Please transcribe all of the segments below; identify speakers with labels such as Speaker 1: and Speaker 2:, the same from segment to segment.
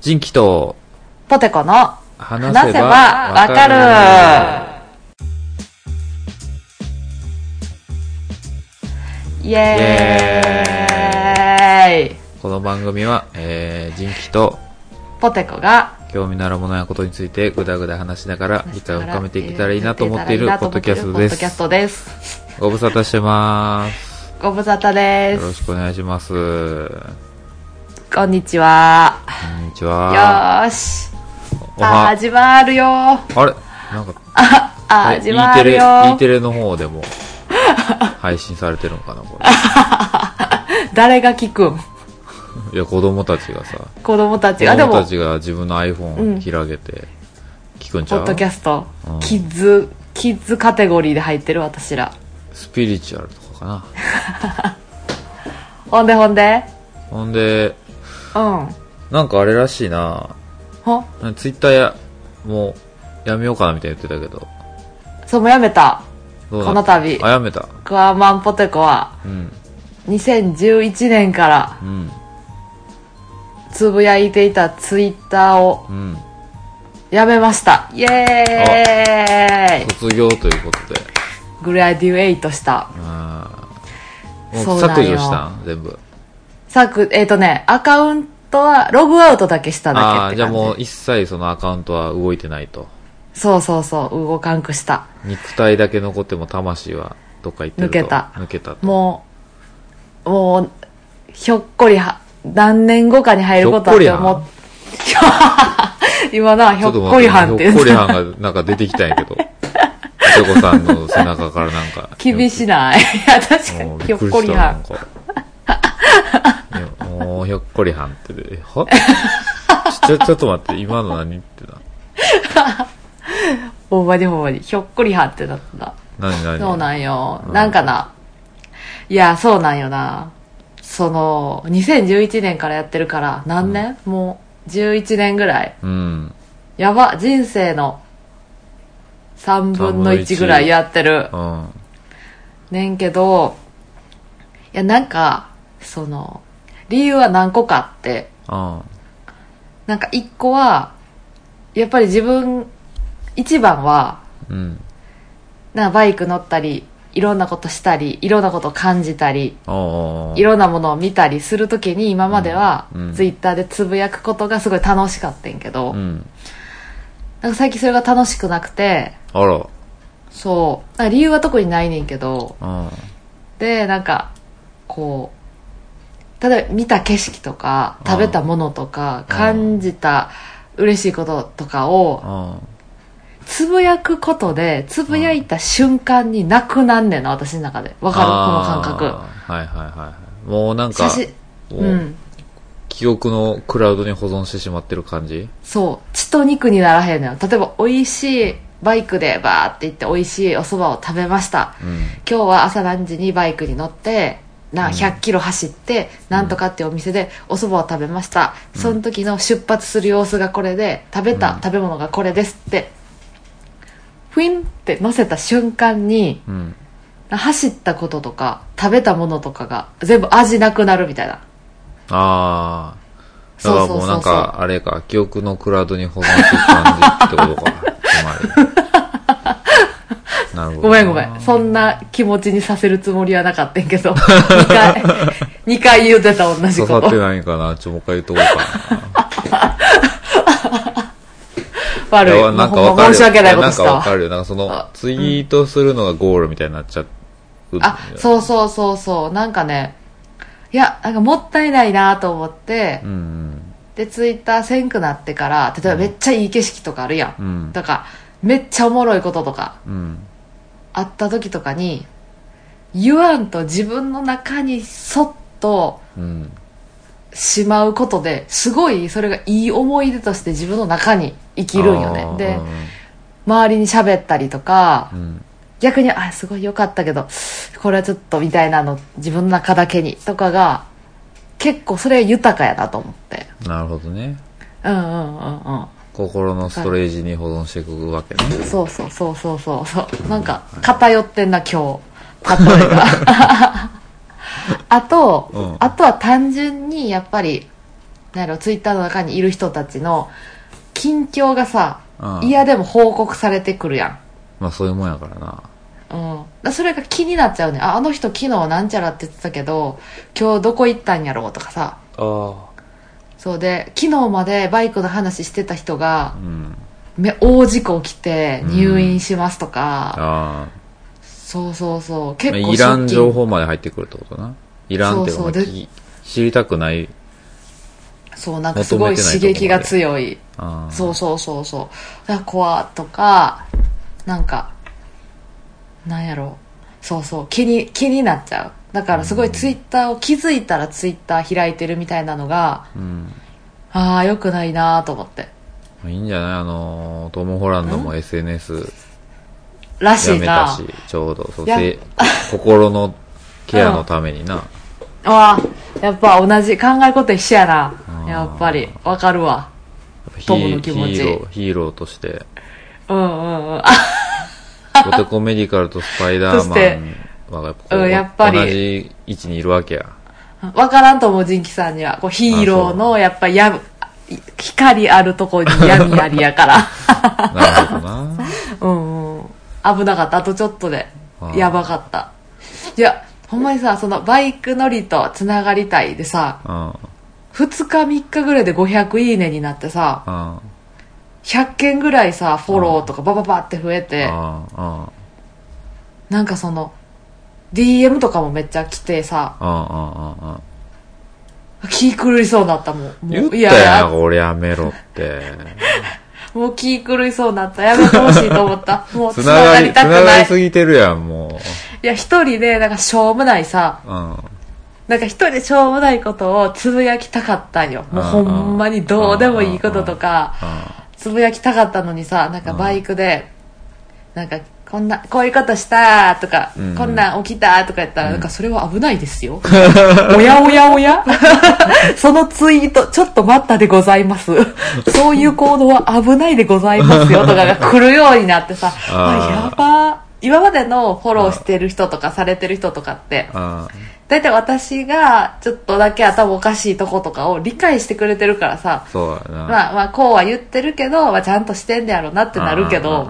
Speaker 1: 人気と
Speaker 2: ポテコの
Speaker 1: 話せば
Speaker 2: わ
Speaker 1: わ
Speaker 2: か
Speaker 1: か
Speaker 2: る
Speaker 1: る。
Speaker 2: イエーイ
Speaker 1: この番組は、えー、人気と
Speaker 2: ポテコが
Speaker 1: 興味のあるものやことについてぐだぐだ話しながら理解を深めていけたらいいなと思っているポッドキャストで
Speaker 2: ポッドキャス
Speaker 1: す。
Speaker 2: トです
Speaker 1: ご無沙汰してます。
Speaker 2: ご無沙汰で
Speaker 1: よろ
Speaker 2: す
Speaker 1: しくお願いします。こん
Speaker 2: こんにちは
Speaker 1: にち
Speaker 2: よ
Speaker 1: は。
Speaker 2: ーし
Speaker 1: お
Speaker 2: あ
Speaker 1: は
Speaker 2: 始まるよあ
Speaker 1: あれなんか、え
Speaker 2: 始ま
Speaker 1: E テ
Speaker 2: る
Speaker 1: レ、
Speaker 2: よ
Speaker 1: E テレの方でも配信されてるのかな、こ
Speaker 2: 誰が聞くん
Speaker 1: れ。いや、子供たちがさ、
Speaker 2: 子供たち
Speaker 1: 子
Speaker 2: がで
Speaker 1: 供
Speaker 2: も
Speaker 1: たちが自分の
Speaker 2: うん
Speaker 1: iPhone 開けて聞くんち
Speaker 2: ポ
Speaker 1: ゃう
Speaker 2: ッドキャスト、
Speaker 1: うん
Speaker 2: キッズキッズカテゴリーで入ってる私ら
Speaker 1: スピリチュアルとかかな。
Speaker 2: ほんでほんで
Speaker 1: ほんで、
Speaker 2: うん
Speaker 1: なんかあれらしいな。
Speaker 2: ほ
Speaker 1: ツイッターや、もう、やめようかなみたいに言ってたけど。
Speaker 2: そうもうやめた
Speaker 1: どう
Speaker 2: こ
Speaker 1: な
Speaker 2: の
Speaker 1: った
Speaker 2: 度
Speaker 1: あ、やめた。
Speaker 2: クワマンポテコは
Speaker 1: うん。
Speaker 2: 2011年から
Speaker 1: うん。
Speaker 2: つぶやいていたツイッターを
Speaker 1: うん。
Speaker 2: やめましたイエーイ
Speaker 1: 卒業ということで。
Speaker 2: グラデュエイトした
Speaker 1: あー
Speaker 2: そ
Speaker 1: も
Speaker 2: う
Speaker 1: う
Speaker 2: なんよ
Speaker 1: 削除したん全部。
Speaker 2: さくえっ、とねアカウントはログアウトだけした
Speaker 1: あ
Speaker 2: だ
Speaker 1: あー、
Speaker 2: けって
Speaker 1: じゃあ
Speaker 2: 感じ
Speaker 1: もう一切そのアカウントは動いてないと。
Speaker 2: そうそうそう動かんくした
Speaker 1: 肉体だけ残っても魂はどっか行ってると
Speaker 2: 抜けた
Speaker 1: 抜けたと。
Speaker 2: もうもうひょっこりは何年後かに入ることあって思っ 今のはひ
Speaker 1: ちょ
Speaker 2: ょっ
Speaker 1: っと
Speaker 2: こ
Speaker 1: 待
Speaker 2: り
Speaker 1: って
Speaker 2: はんって
Speaker 1: ひょ
Speaker 2: い
Speaker 1: っこり
Speaker 2: う
Speaker 1: はんがなんか出てきたんや けど。おちょこさんの背中からなんか。
Speaker 2: 厳しないいや確か
Speaker 1: もう
Speaker 2: に
Speaker 1: び
Speaker 2: ひょっ
Speaker 1: く
Speaker 2: こ
Speaker 1: し
Speaker 2: り
Speaker 1: た
Speaker 2: はん
Speaker 1: なんかいやもうひょっこりはんってで、は ちょ、ちょっと待って、今の何ってな。
Speaker 2: ほんまにほんまにひょっこりはんってなった
Speaker 1: 何何
Speaker 2: そうなんよ。
Speaker 1: うん
Speaker 2: なんかな。いや、そうなんよな。その、2011年からやってるから、何年、もう、11年ぐらい。
Speaker 1: うん。
Speaker 2: やば、人生の3分の1ぐらいやってる
Speaker 1: う。ん。
Speaker 2: ねんけど、いや、なんか、その、理由は何個かあって、
Speaker 1: うん。
Speaker 2: なんか1個は、やっぱり自分、一番は、
Speaker 1: うん。
Speaker 2: なんかバイク乗ったり、いろんなことしたり、いろんなこと感じたり、
Speaker 1: おー
Speaker 2: いろんなものを見たりするときに今までは
Speaker 1: うんうん
Speaker 2: ツイッターでつぶやくことがすごい楽しかったんやけど、
Speaker 1: うん。
Speaker 2: なんか最近それが楽しくなくて
Speaker 1: あら。
Speaker 2: そうなんか理由は特にないねんけど
Speaker 1: うん。
Speaker 2: でなんかこう例えば見た景色とか
Speaker 1: うん
Speaker 2: 食べたものとか
Speaker 1: うん
Speaker 2: 感じた嬉しいこととかを
Speaker 1: うん。
Speaker 2: つぶやくことでつぶやいた瞬間になくなんねんな私の中でわかる
Speaker 1: あー
Speaker 2: この感覚
Speaker 1: はいはいはいはい。もうなん
Speaker 2: 写
Speaker 1: か、
Speaker 2: 真
Speaker 1: もう
Speaker 2: うん
Speaker 1: 記憶のクラウドに保存してしまってる感じ
Speaker 2: そう、血と肉にならへんのよ。例えば、美味しいバイクでバーって行って、美味しいお蕎麦を食べました。
Speaker 1: うん。
Speaker 2: 今日は朝何時にバイクに乗って、な、
Speaker 1: うん
Speaker 2: 100キロ走って、なんとかっていうお店でお蕎麦を食べました。その時の出発する様子がこれで、食べ
Speaker 1: う
Speaker 2: た
Speaker 1: ん
Speaker 2: 食べ物がこれですって、ふいんって乗せた瞬間に、
Speaker 1: うん。
Speaker 2: 走ったこととか、食べたものとかが全部味なくなるみたいな。
Speaker 1: ああ。だ
Speaker 2: そ
Speaker 1: から
Speaker 2: うそうそう
Speaker 1: も
Speaker 2: そうう。
Speaker 1: なんか、あれか、記憶のクラウドに保存してる感じってことか。つまり。なるほど。
Speaker 2: ごめんごめん。そんな気持ちにさせるつもりはなかったんや けど。2回、二回言うてた同じ
Speaker 1: 刺
Speaker 2: こ
Speaker 1: さって
Speaker 2: と。
Speaker 1: ないんかな。ちょ、もう一回言っとこうかな。
Speaker 2: 悪い。
Speaker 1: やなんかわ
Speaker 2: ほん
Speaker 1: かるよ。
Speaker 2: ま申し訳ないことした
Speaker 1: やなんかわか
Speaker 2: わ。
Speaker 1: るよ。なんかその
Speaker 2: あ、
Speaker 1: ツイートするのがゴールみたいになっちゃう。
Speaker 2: あ、そうそうそうそう。なんかね、いや、なんかもったいないなと思って
Speaker 1: う、ん。
Speaker 2: で、ツイッターせんくなってから、例えばめっちゃいい景色とかあるや。
Speaker 1: うんん。
Speaker 2: とか、めっちゃおもろいこととか、
Speaker 1: うん。
Speaker 2: あった時とかに、言わんと自分の中にそっと、
Speaker 1: うん。
Speaker 2: しまうことですごいそれがいい思い出として自分の中に生きるんよ
Speaker 1: あ
Speaker 2: ね
Speaker 1: ー
Speaker 2: で周りに喋ったりとか
Speaker 1: うんうん。
Speaker 2: 逆にあすごい良かったけどこれはちょっとみたいなの自分の中だけにとかが結構それは豊かやなと思って
Speaker 1: なるほどね。
Speaker 2: うんうんうん
Speaker 1: 心のストレージに保存していくわけね。
Speaker 2: うんそうそうそうそうそうそうなんか偏ってんな今日例えが あと、
Speaker 1: うん
Speaker 2: あとは単純にやっぱりなんやろ、ツイッターの中にいる人たちの近況がさ、
Speaker 1: うん
Speaker 2: 嫌でも報告されてくるや
Speaker 1: まあそういうもんやからな。
Speaker 2: ん。うん。だからそれが気になっちゃうね。あ、あの人昨日なんちゃらって言ってたけど、今日どこ行ったんやろうとかさ。
Speaker 1: あ
Speaker 2: そうで、昨日までバイクの話してた人
Speaker 1: あ。
Speaker 2: が
Speaker 1: う、ん。
Speaker 2: め大事故起きて
Speaker 1: うん
Speaker 2: 入院しますとか、
Speaker 1: あ
Speaker 2: そうそうそう。
Speaker 1: あ。
Speaker 2: 結
Speaker 1: まあ
Speaker 2: 構
Speaker 1: いらん情報まで入ってくるってことな。いらんっていうか、
Speaker 2: そ
Speaker 1: ま
Speaker 2: う
Speaker 1: あ
Speaker 2: そうで
Speaker 1: 聞き知りたくない。
Speaker 2: そう、なんかすごい刺激が強い。
Speaker 1: ああ。
Speaker 2: そうそうそうそう。だから怖っとか、なんか、なんやろう。そうそう。気に、気になっちゃう。だからすごいツイッターを気づいたらツイッター開いてるみたいなのが、
Speaker 1: うん。
Speaker 2: ああ、良くないなーと思って。
Speaker 1: まあいいんじゃないあのー、トム・ホランドも SNS
Speaker 2: らし
Speaker 1: や
Speaker 2: い
Speaker 1: めた
Speaker 2: な
Speaker 1: し。、ちょうど、そ
Speaker 2: や
Speaker 1: して、心のケアのためにな。
Speaker 2: うわやっぱ同じ、考えること一緒やな
Speaker 1: う。ん
Speaker 2: やっぱり。わかるわ。
Speaker 1: ヒ
Speaker 2: トムの
Speaker 1: ーヒ
Speaker 2: 気持ち
Speaker 1: ーロー、ヒーローとして、
Speaker 2: うんうんうん。あ、
Speaker 1: 男メディカルとスパイダーマンはやっぱこう、
Speaker 2: うんやっぱり
Speaker 1: 同じ位置にいるわけや。
Speaker 2: わからんと思う、ジンキさんには。こうヒーロー
Speaker 1: あそ
Speaker 2: の、やっぱや、光あるとこに闇ありや から。
Speaker 1: なるほど な。
Speaker 2: うんうん危なかったあとちょっとで
Speaker 1: ああ
Speaker 2: やばかったいやほんまにさそのバイク乗りとつながりたいでさ
Speaker 1: うん、
Speaker 2: 2日3日ぐらいで500いいねになってさ
Speaker 1: うん、
Speaker 2: 100件ぐらいさフォローとかバババって増えて
Speaker 1: うん、うん。
Speaker 2: なんかその DM とかもめっちゃ来てさ
Speaker 1: うんうんうんうん
Speaker 2: 気狂いそうになったもんもう
Speaker 1: 言った
Speaker 2: いや
Speaker 1: や
Speaker 2: い
Speaker 1: ん、俺やめろって。
Speaker 2: もう気狂いそうになったやめてほしいと思ったもう
Speaker 1: つ
Speaker 2: つ
Speaker 1: な
Speaker 2: なが
Speaker 1: が
Speaker 2: り
Speaker 1: り、つ
Speaker 2: た
Speaker 1: な
Speaker 2: く
Speaker 1: が
Speaker 2: ない
Speaker 1: りすぎてるやん、も
Speaker 2: いや一人でなんかしょうもないさ
Speaker 1: う。うん。
Speaker 2: なんか一人でしょうもないことをつぶやきたかったんよ。もう
Speaker 1: あー
Speaker 2: ほんまにどうでもいいこととか、
Speaker 1: う
Speaker 2: つぶやきたかったのにさ、なんかバイクで、なんかこんな、こういうことしたとか、
Speaker 1: うん
Speaker 2: こんなん起きたとか言ったら、なんかそれは危ないで すよ。おやおやおや そのツイート、ちょっと待ったでござ います。そういう行動は危ないでございますよとかが来るようになってさ、あ
Speaker 1: あー
Speaker 2: やばー今までのフォローしてる人とかされてる人とかって、
Speaker 1: ん。うん。
Speaker 2: 大体私がちょっとだけ頭おかしいとことかを理解してくれてるからさ、
Speaker 1: そうやな。
Speaker 2: まあまあこうは言ってるけど、まあ、ちゃんとしてんねやろなってなるけど、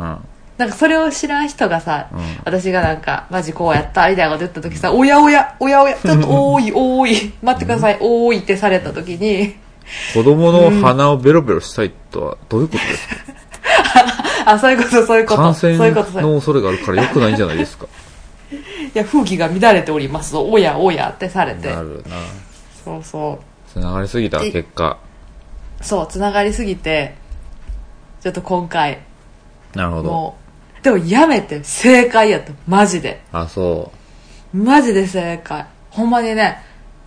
Speaker 2: なんかそれを知らん人がさ、
Speaker 1: うん
Speaker 2: 私がなんかマジこうやったみたいなこと言った時さ、おやおや、おやおや、ちょっ と多い多い、待ってください、多いってされた時に、
Speaker 1: 子供の鼻をベロベロしたいとはどういうことですか、
Speaker 2: あ、そういうことそういうこと、
Speaker 1: 感
Speaker 2: そう
Speaker 1: 染
Speaker 2: いうことそういうこ
Speaker 1: の恐れがあるから良くないんじゃないですか
Speaker 2: と。いや、風紀が乱れておりますぞ、おやおやってされて
Speaker 1: な。るな
Speaker 2: そうそう。
Speaker 1: つながりすぎた結果
Speaker 2: そう、つながりすぎて、ちょっと今回、
Speaker 1: なるほど
Speaker 2: もう。でもやめて、正解やった。マジで。
Speaker 1: あそ
Speaker 2: マジで正解。ほんまにね、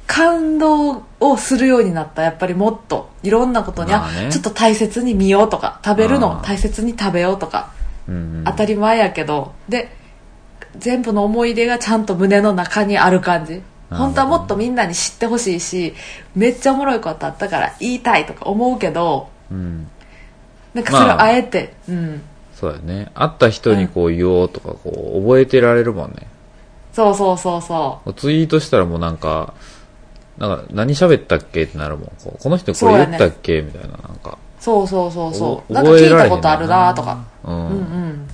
Speaker 2: 感動をするようになった。やっぱりもっと。いろんなことに、
Speaker 1: まあ
Speaker 2: あ
Speaker 1: ね
Speaker 2: ちょっと大切に見ようとか、食べるの
Speaker 1: あ
Speaker 2: を
Speaker 1: ー
Speaker 2: 大切に食べようとか、
Speaker 1: う、うんうん、
Speaker 2: 当たり前やけど、で、全部の思い出がちゃんと胸の中にある感じ。
Speaker 1: あー
Speaker 2: 本当はもっとみんなに知ってほしいし、めっちゃおもろいことあったから言いたいとか思うけど、
Speaker 1: うん、
Speaker 2: なんかそれ
Speaker 1: ま
Speaker 2: を
Speaker 1: あ
Speaker 2: あえて、うん。
Speaker 1: そうだよね会った人にこう言おうとかこう覚えてられるもんね
Speaker 2: そうそうそうそう。
Speaker 1: ツイートしたらもうなんかなんか何喋ったっけってなるもんこうこの人これ言ったっけ、みたいななんか
Speaker 2: そうそうそうそう。なんか
Speaker 1: 覚
Speaker 2: 聞
Speaker 1: え
Speaker 2: い
Speaker 1: られ
Speaker 2: た
Speaker 1: へん
Speaker 2: ことあるなとか。、
Speaker 1: うん
Speaker 2: うんう
Speaker 1: い
Speaker 2: ん。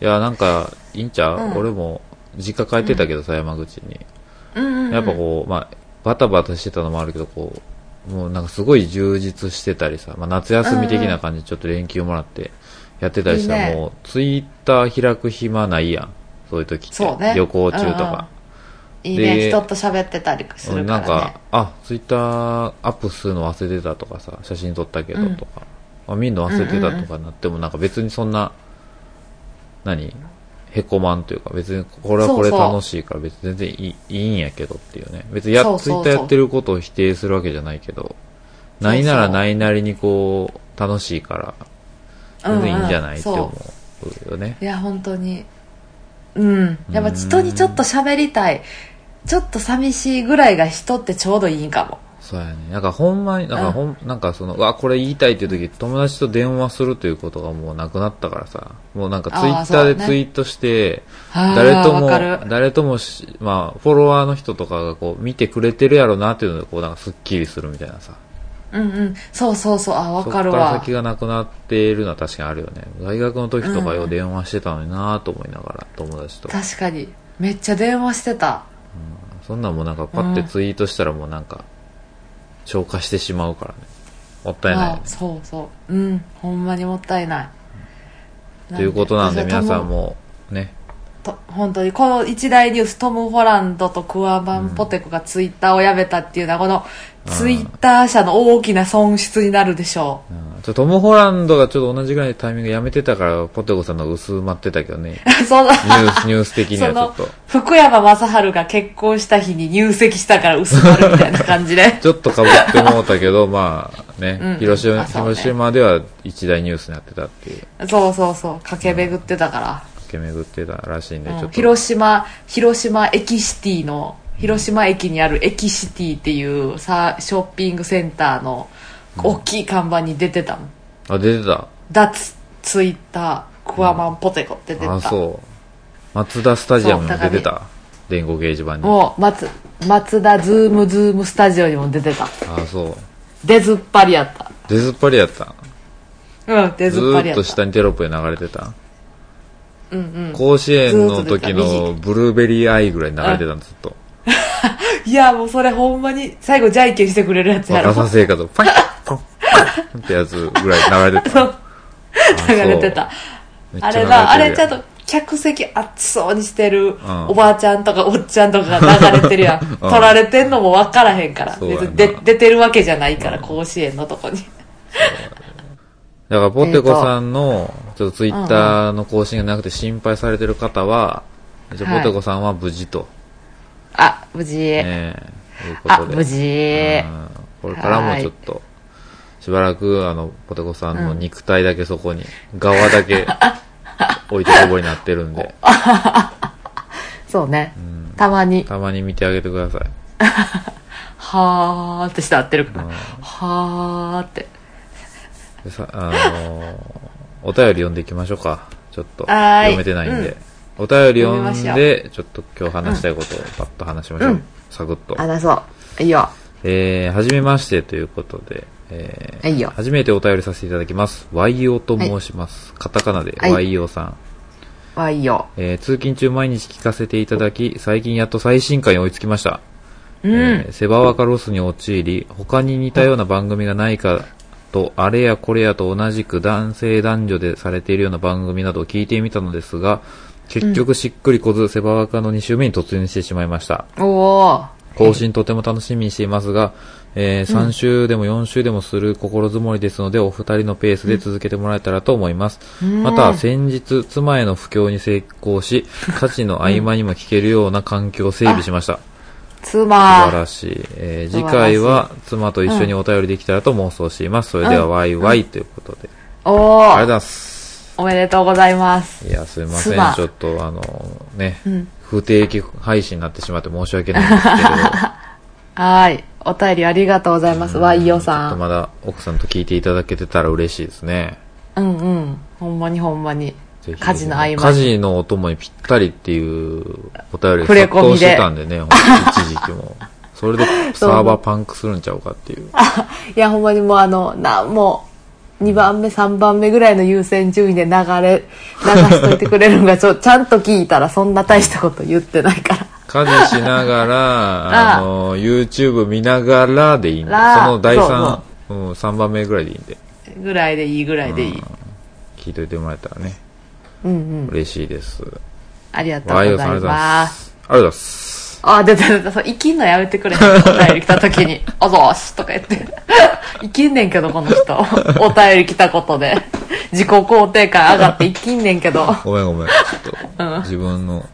Speaker 1: やなんかいいんちゃう、
Speaker 2: うん
Speaker 1: 俺も実家帰ってたけどさ、山口に
Speaker 2: うんうん、うん。
Speaker 1: やっぱこう、まあ、バタバタしてたのもあるけど、こう、もうなんかすごい充実してたりさ、まあ、夏休み的な感じでちょっと連休もらってやってたりした
Speaker 2: いい
Speaker 1: ら、
Speaker 2: ね
Speaker 1: もうツイッター開く暇ないやん。そういう時って。
Speaker 2: そうね
Speaker 1: 旅行中とか。
Speaker 2: いいね。
Speaker 1: で
Speaker 2: 人と喋ってたりする
Speaker 1: なん
Speaker 2: から、ね。
Speaker 1: か、あ、ツイッターアップするの忘れてたとかさ、写真撮ったけどとか、あ見るの忘れてたとかなっても、なんか別にそんな、何へこまんというか、別にこれはこれ
Speaker 2: そうそう
Speaker 1: 楽しいから別に全然いいいいんやけどっていうね。別にや
Speaker 2: そう
Speaker 1: ツイ
Speaker 2: そ
Speaker 1: ッ
Speaker 2: うそう
Speaker 1: ターやってることを否定するわけじゃないけど、ないならないなりにこう、楽しいから、全然いいんじゃないって
Speaker 2: うんうん
Speaker 1: 思
Speaker 2: そう
Speaker 1: よね。
Speaker 2: いや、本当に。うん。やっぱ人にちょっと喋りたい。ちょっと寂しいぐらいが人ってちょうどいいんかも。
Speaker 1: そうやね。なんかほんまに、なんかほん、なんかその、うわ、これ言いたいっていう時、友達と電話するということがもうなくなったからさ、もうなんかツイ
Speaker 2: あー
Speaker 1: ッ
Speaker 2: そ
Speaker 1: タ
Speaker 2: うだ
Speaker 1: ー
Speaker 2: ね
Speaker 1: でツイートして、
Speaker 2: あー
Speaker 1: 誰とも
Speaker 2: わかる。、
Speaker 1: 誰ともし、まあ、フォロワーの人とかがこう、見てくれてるやろなっていうので、こう、なんかスッキリするみたいなさ。
Speaker 2: うんうん。そうそうそう。あ、わ
Speaker 1: そっ
Speaker 2: か
Speaker 1: か
Speaker 2: る
Speaker 1: ら
Speaker 2: わ
Speaker 1: 先。がなくなっているのは確かにあるよね大学の時とかよ電話してたのになと思いながら、友達と
Speaker 2: 確かに。めっちゃ電話してた。
Speaker 1: そんなんもうなんかパッてツイートしたらもうなんか消化してしまうからねもったいないよね
Speaker 2: あそうそう。うん。ほんまにもったいない。
Speaker 1: ということなんで皆さん
Speaker 2: も。
Speaker 1: もね
Speaker 2: と本当にこの一大ニューストム・ホランドとクワバン・ポテコがツイッターをやめたっていうのはこのツイッター社の大きな損失になるでしょ
Speaker 1: うんちょトム・ホランドがちょっと同じぐらいのタイミングやめてたからポテコさんの方が薄まってたけどね
Speaker 2: うそ
Speaker 1: ニ
Speaker 2: の
Speaker 1: ュースニュース的には
Speaker 2: そ
Speaker 1: ちょ
Speaker 2: の
Speaker 1: っと
Speaker 2: 福山雅治が結婚した日に入籍したから薄まるみたいな感じで
Speaker 1: ちょっとかぶって思ったけどまあね、
Speaker 2: うん
Speaker 1: 広島
Speaker 2: あそうね
Speaker 1: 広島では一大ニュースになってたっていう
Speaker 2: そうそうそう駆け巡ってたか
Speaker 1: 駆け巡ってたらしいんで、
Speaker 2: ら、
Speaker 1: ちょ
Speaker 2: うん、
Speaker 1: っと
Speaker 2: 広島広島駅シティの広島駅にある駅シティっていうさショッピングセンターの大きい看板に出てたもん
Speaker 1: あ出てた
Speaker 2: 脱ツイッタークワマンポテコって出てた、
Speaker 1: あそう松田スタジアムにも出て
Speaker 2: そ
Speaker 1: た電光掲示板に
Speaker 2: もう松松田ズームズームスタジオにも出てた
Speaker 1: あそう
Speaker 2: 出ずっぱりやった
Speaker 1: 出ずっぱりやった
Speaker 2: うん出
Speaker 1: ず
Speaker 2: ずっぱり
Speaker 1: ー
Speaker 2: や
Speaker 1: っ
Speaker 2: っ
Speaker 1: と
Speaker 2: た
Speaker 1: 下にテロップで流れてた
Speaker 2: うんうん
Speaker 1: 甲子園の
Speaker 2: ずーっと出
Speaker 1: 時
Speaker 2: てた
Speaker 1: のブルーベリーアイぐらいに流れてたのずっ と
Speaker 2: いやもうそれほんまに最後ジャイケンしてくれるやつやろ
Speaker 1: 若 さ生活をパンパンパンってやつぐらい流れてた
Speaker 2: そう流れてた
Speaker 1: めっ
Speaker 2: あ
Speaker 1: ちゃ流て
Speaker 2: れ
Speaker 1: る
Speaker 2: なあれちゃんと客席熱そうにしてる
Speaker 1: ん
Speaker 2: おばあちゃんとかおっちゃんとかが流れて るやん、取られてんのも分からへんから
Speaker 1: そうやな
Speaker 2: 別にで出てるわけじゃないから、甲子園のとこに
Speaker 1: だからポテコさんのちょっとツイッターの更新がなくて心配されてる方は、じゃあ
Speaker 2: はい
Speaker 1: ポテコさんは無事と、
Speaker 2: あ無事、
Speaker 1: ねえいうこ
Speaker 2: あ
Speaker 1: とで
Speaker 2: 無事
Speaker 1: うんこれからもちょっと、しばらく、あの、ポテコさんの肉体だけそこに、側だ け置いてこぼりになってるんで、
Speaker 2: そうね、たまに
Speaker 1: たまに見てあげてください。
Speaker 2: はーってして合ってるから、
Speaker 1: うん
Speaker 2: はーって
Speaker 1: でさあのーお便り読んでいきましょうか。ちょっと、
Speaker 2: はーい
Speaker 1: 読めてないんで。お便り
Speaker 2: 読
Speaker 1: 読
Speaker 2: みましょ
Speaker 1: ん
Speaker 2: う
Speaker 1: で、ちょっと今日話したいことをパッと話しましょう。
Speaker 2: うん
Speaker 1: サクッと。
Speaker 2: 話そういいよ
Speaker 1: えー、はじめましてということで、えー
Speaker 2: はいよ
Speaker 1: 初めてお便りさせていただきます。YO と申します。カタカナで
Speaker 2: はい
Speaker 1: YO さん。
Speaker 2: わいいよ
Speaker 1: えー通勤中毎日聞かせていただき、最近やっと最新回に追いつきました。
Speaker 2: うん、
Speaker 1: えーセバワカロスに陥り、他に似たような番組がないかと、あれやこれやと同じく男性男女でされているような番組などを聞いてみたのですが、結局しっくりこず、セバワカの2週目に突入してしまいました。
Speaker 2: おー
Speaker 1: 更新とても楽しみにしています が、えー3週でも4週でもする心づもりですので、お二人のペースで続けてもらえたらと思います。また、先日、妻への布教に成功 し、家事の合間にも聞けるような環境を整備しました。素晴
Speaker 2: 妻
Speaker 1: らしい。えー
Speaker 2: 素
Speaker 1: 次
Speaker 2: 晴らしい
Speaker 1: 回は、妻と一緒にお便りできたらと妄想しています。それでは、ワイワイということで。
Speaker 2: お
Speaker 1: ありがとうござ
Speaker 2: ー
Speaker 1: います。
Speaker 2: おめでとうございます
Speaker 1: いや、すいません。
Speaker 2: 妻
Speaker 1: ちょっと、あの、ね、不定期配信になってしまって申し訳ないんですけ ど。
Speaker 2: はーいお便りありがとうございますわいよ
Speaker 1: ちょっ
Speaker 2: さ
Speaker 1: と
Speaker 2: ん
Speaker 1: まだ奥さんと聞いていただけてたら嬉しいですね。
Speaker 2: うんうんほんまにほんまに
Speaker 1: ぜひ
Speaker 2: 家事の合間
Speaker 1: 家事のお供にぴったりっていうお便り
Speaker 2: 触れ込
Speaker 1: 殺到
Speaker 2: みで
Speaker 1: してたんでね、ほんと一時期も。 それでサーバーパンクするんちゃうかって いう。
Speaker 2: いやほんまにもうあのなもう2番目3番目ぐらいの優先順位で流れ流しといてくれるのがちょちゃんと聞いたらそんな大したこと言ってないから
Speaker 1: 家事しながら、
Speaker 2: あ
Speaker 1: あの、YouTube 見ながらでいいんで、そ
Speaker 2: ら
Speaker 1: の第3
Speaker 2: そ、
Speaker 1: うん、3番目ぐらいでいいんで、
Speaker 2: ぐらいでいいぐらいでいい
Speaker 1: 聞いといてもらえたらね、
Speaker 2: うんうん
Speaker 1: 嬉しいです。
Speaker 2: ありがと
Speaker 1: わあ、
Speaker 2: う
Speaker 1: あり
Speaker 2: ご
Speaker 1: がと
Speaker 2: ざ
Speaker 1: うご
Speaker 2: い
Speaker 1: ざいま
Speaker 2: ます
Speaker 1: す。ありがとうございます。
Speaker 2: あ、出た出た、そう、生きんのやめてくれ。お便り来た 時に、あざーしとか言って。 生きんねんけど、この人。お便り来たことで。自己肯定感上がって生きんねんけど。
Speaker 1: ごめんごめん。ちょっと、自分の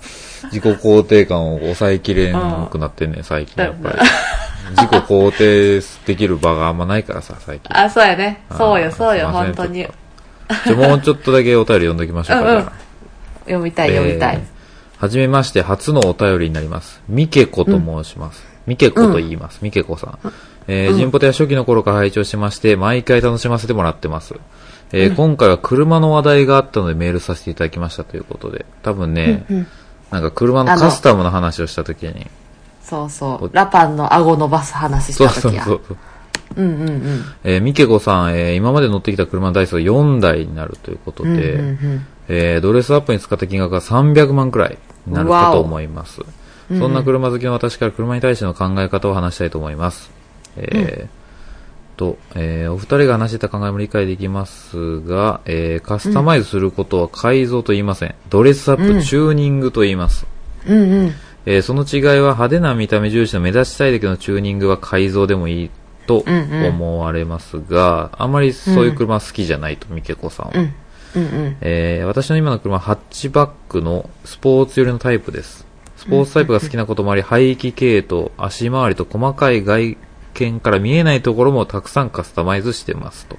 Speaker 1: 自己肯定感を抑えきれなくなってんね、最近やっぱり。自己肯定できる場があんまないからさ、最近。
Speaker 2: あ、そうやね。そうよ、
Speaker 1: あー
Speaker 2: そうよ、
Speaker 1: すいません
Speaker 2: 本当に
Speaker 1: ちょ。じゃあもうちょっとだけお便り読んでおきましょうか、
Speaker 2: うんうん
Speaker 1: じゃあ
Speaker 2: 読みたい、読みた
Speaker 1: え
Speaker 2: い
Speaker 1: ー。はじめまして、初のお便りになります。みけこと申します。みけこと言います。みけこさん。えー、ジンポテは初期の頃から拝聴してまして、毎回楽しませてもらってます。えー今回は車の話題があったのでメールさせていただきましたということで、多分ね、なんか車のカスタムの話をした時に、
Speaker 2: そうそう。ラパンの顎伸ばす話し
Speaker 1: そう
Speaker 2: た
Speaker 1: そう
Speaker 2: 時や。
Speaker 1: そう。
Speaker 2: うんうんうん。
Speaker 1: えー、みけこさん、えー今まで乗ってきた車の台数が4台になるということで、
Speaker 2: うんうん
Speaker 1: えードレスアップに使った金額が300万くらいになるかと思います。
Speaker 2: お
Speaker 1: そんな車好きの私から車に対しての考え方を話したいと思います。えーと、えーお二人が話してた考えも理解できますが、えーカスタマイズすることは改造と言いません。ドレスアップ、
Speaker 2: うん
Speaker 1: チューニングと言います。
Speaker 2: うん。うんうん。
Speaker 1: えーその違いは派手な見た目重視の目指したい時のチューニングは改造でもいいと
Speaker 2: うんうん
Speaker 1: 思われますが、あんまりそういう車好きじゃないと、みけこさんは。
Speaker 2: うん。うんうん。
Speaker 1: えー私の今の車はハッチバックのスポーツ寄りのタイプです。スポーツタイプが好きなこともあり、排気系統、足回りと細かい外見から見えないところもたくさんカスタマイズしてますと。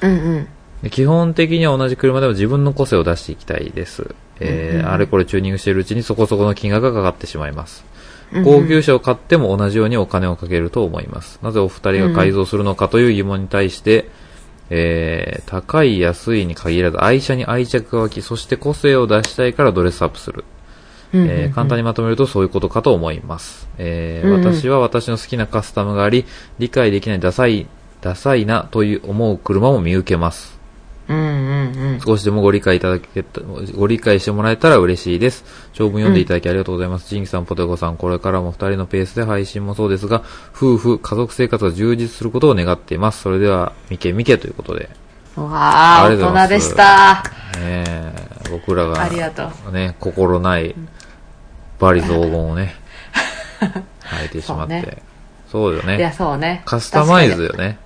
Speaker 2: うんうん。
Speaker 1: で基本的には同じ車でも自分の個性を出していきたいです。えーあれこれチューニングしているうちにそこそこの金額がかかってしまいます。高級車を買っても同じようにお金をかけると思います。なぜお二人が改造するのかという疑問に対して、えー高い安いに限らず愛車に愛着が湧き、そして個性を出したいからドレスアップする。
Speaker 2: うん
Speaker 1: えー簡単にまとめるとそういうことかと思います。えー
Speaker 2: うんうん
Speaker 1: 私は私の好きなカスタムがあり、理解できないダサい、ダサいなという思う車も見受けます。
Speaker 2: うんうんうん。
Speaker 1: 少しでもご理解いただけた、ご理解してもらえたら嬉しいです。長文読んでいただきありがとうございます。ジンキさん、ポテコさん、これからも二人のペースで配信もそうですが、夫婦、家族生活が充実することを願っています。それでは、みけみけということで。
Speaker 2: わあ、
Speaker 1: ありがとうござ
Speaker 2: 大
Speaker 1: い
Speaker 2: 人で
Speaker 1: ます
Speaker 2: した。
Speaker 1: ねえ僕ら
Speaker 2: ありが
Speaker 1: が、
Speaker 2: とう。
Speaker 1: ね、心ない、バリ雑言を ね、吐いてしまっ
Speaker 2: そう
Speaker 1: て
Speaker 2: ね。
Speaker 1: そうよ
Speaker 2: いや、
Speaker 1: ね。
Speaker 2: そうね。
Speaker 1: カスタマイズ
Speaker 2: 確か
Speaker 1: よね。
Speaker 2: に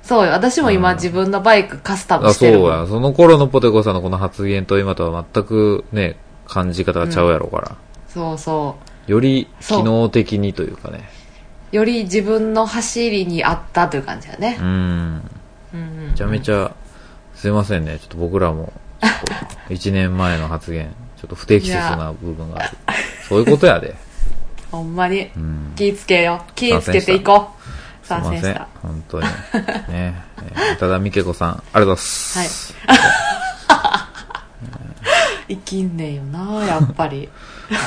Speaker 2: そうよ。私も
Speaker 1: う
Speaker 2: 今
Speaker 1: ん
Speaker 2: 自分のバイクカスタム
Speaker 1: あ、
Speaker 2: し
Speaker 1: そ
Speaker 2: てるも。
Speaker 1: うんや。その頃のポテコさんのこの発言と今とは全くね、感じ方がちゃうやろうから。
Speaker 2: そうそ
Speaker 1: より
Speaker 2: そう
Speaker 1: 機能的にというかね
Speaker 2: う。より自分の走りに合ったという感じだね
Speaker 1: う。ん
Speaker 2: うんうん
Speaker 1: めちゃめちゃ、すいませんねちょっと僕ら も1年前の発言ちょっと不適切な部分があるそういうことや で
Speaker 2: ほんまに
Speaker 1: ん。
Speaker 2: 気ぃつけよう。気ぃつけていこう。
Speaker 1: すい
Speaker 2: 参
Speaker 1: ま
Speaker 2: 戦
Speaker 1: せ
Speaker 2: し
Speaker 1: ん
Speaker 2: た。
Speaker 1: 本当にねえただみけこさんありがとうございます、
Speaker 2: 生きんねえよな、やっぱり。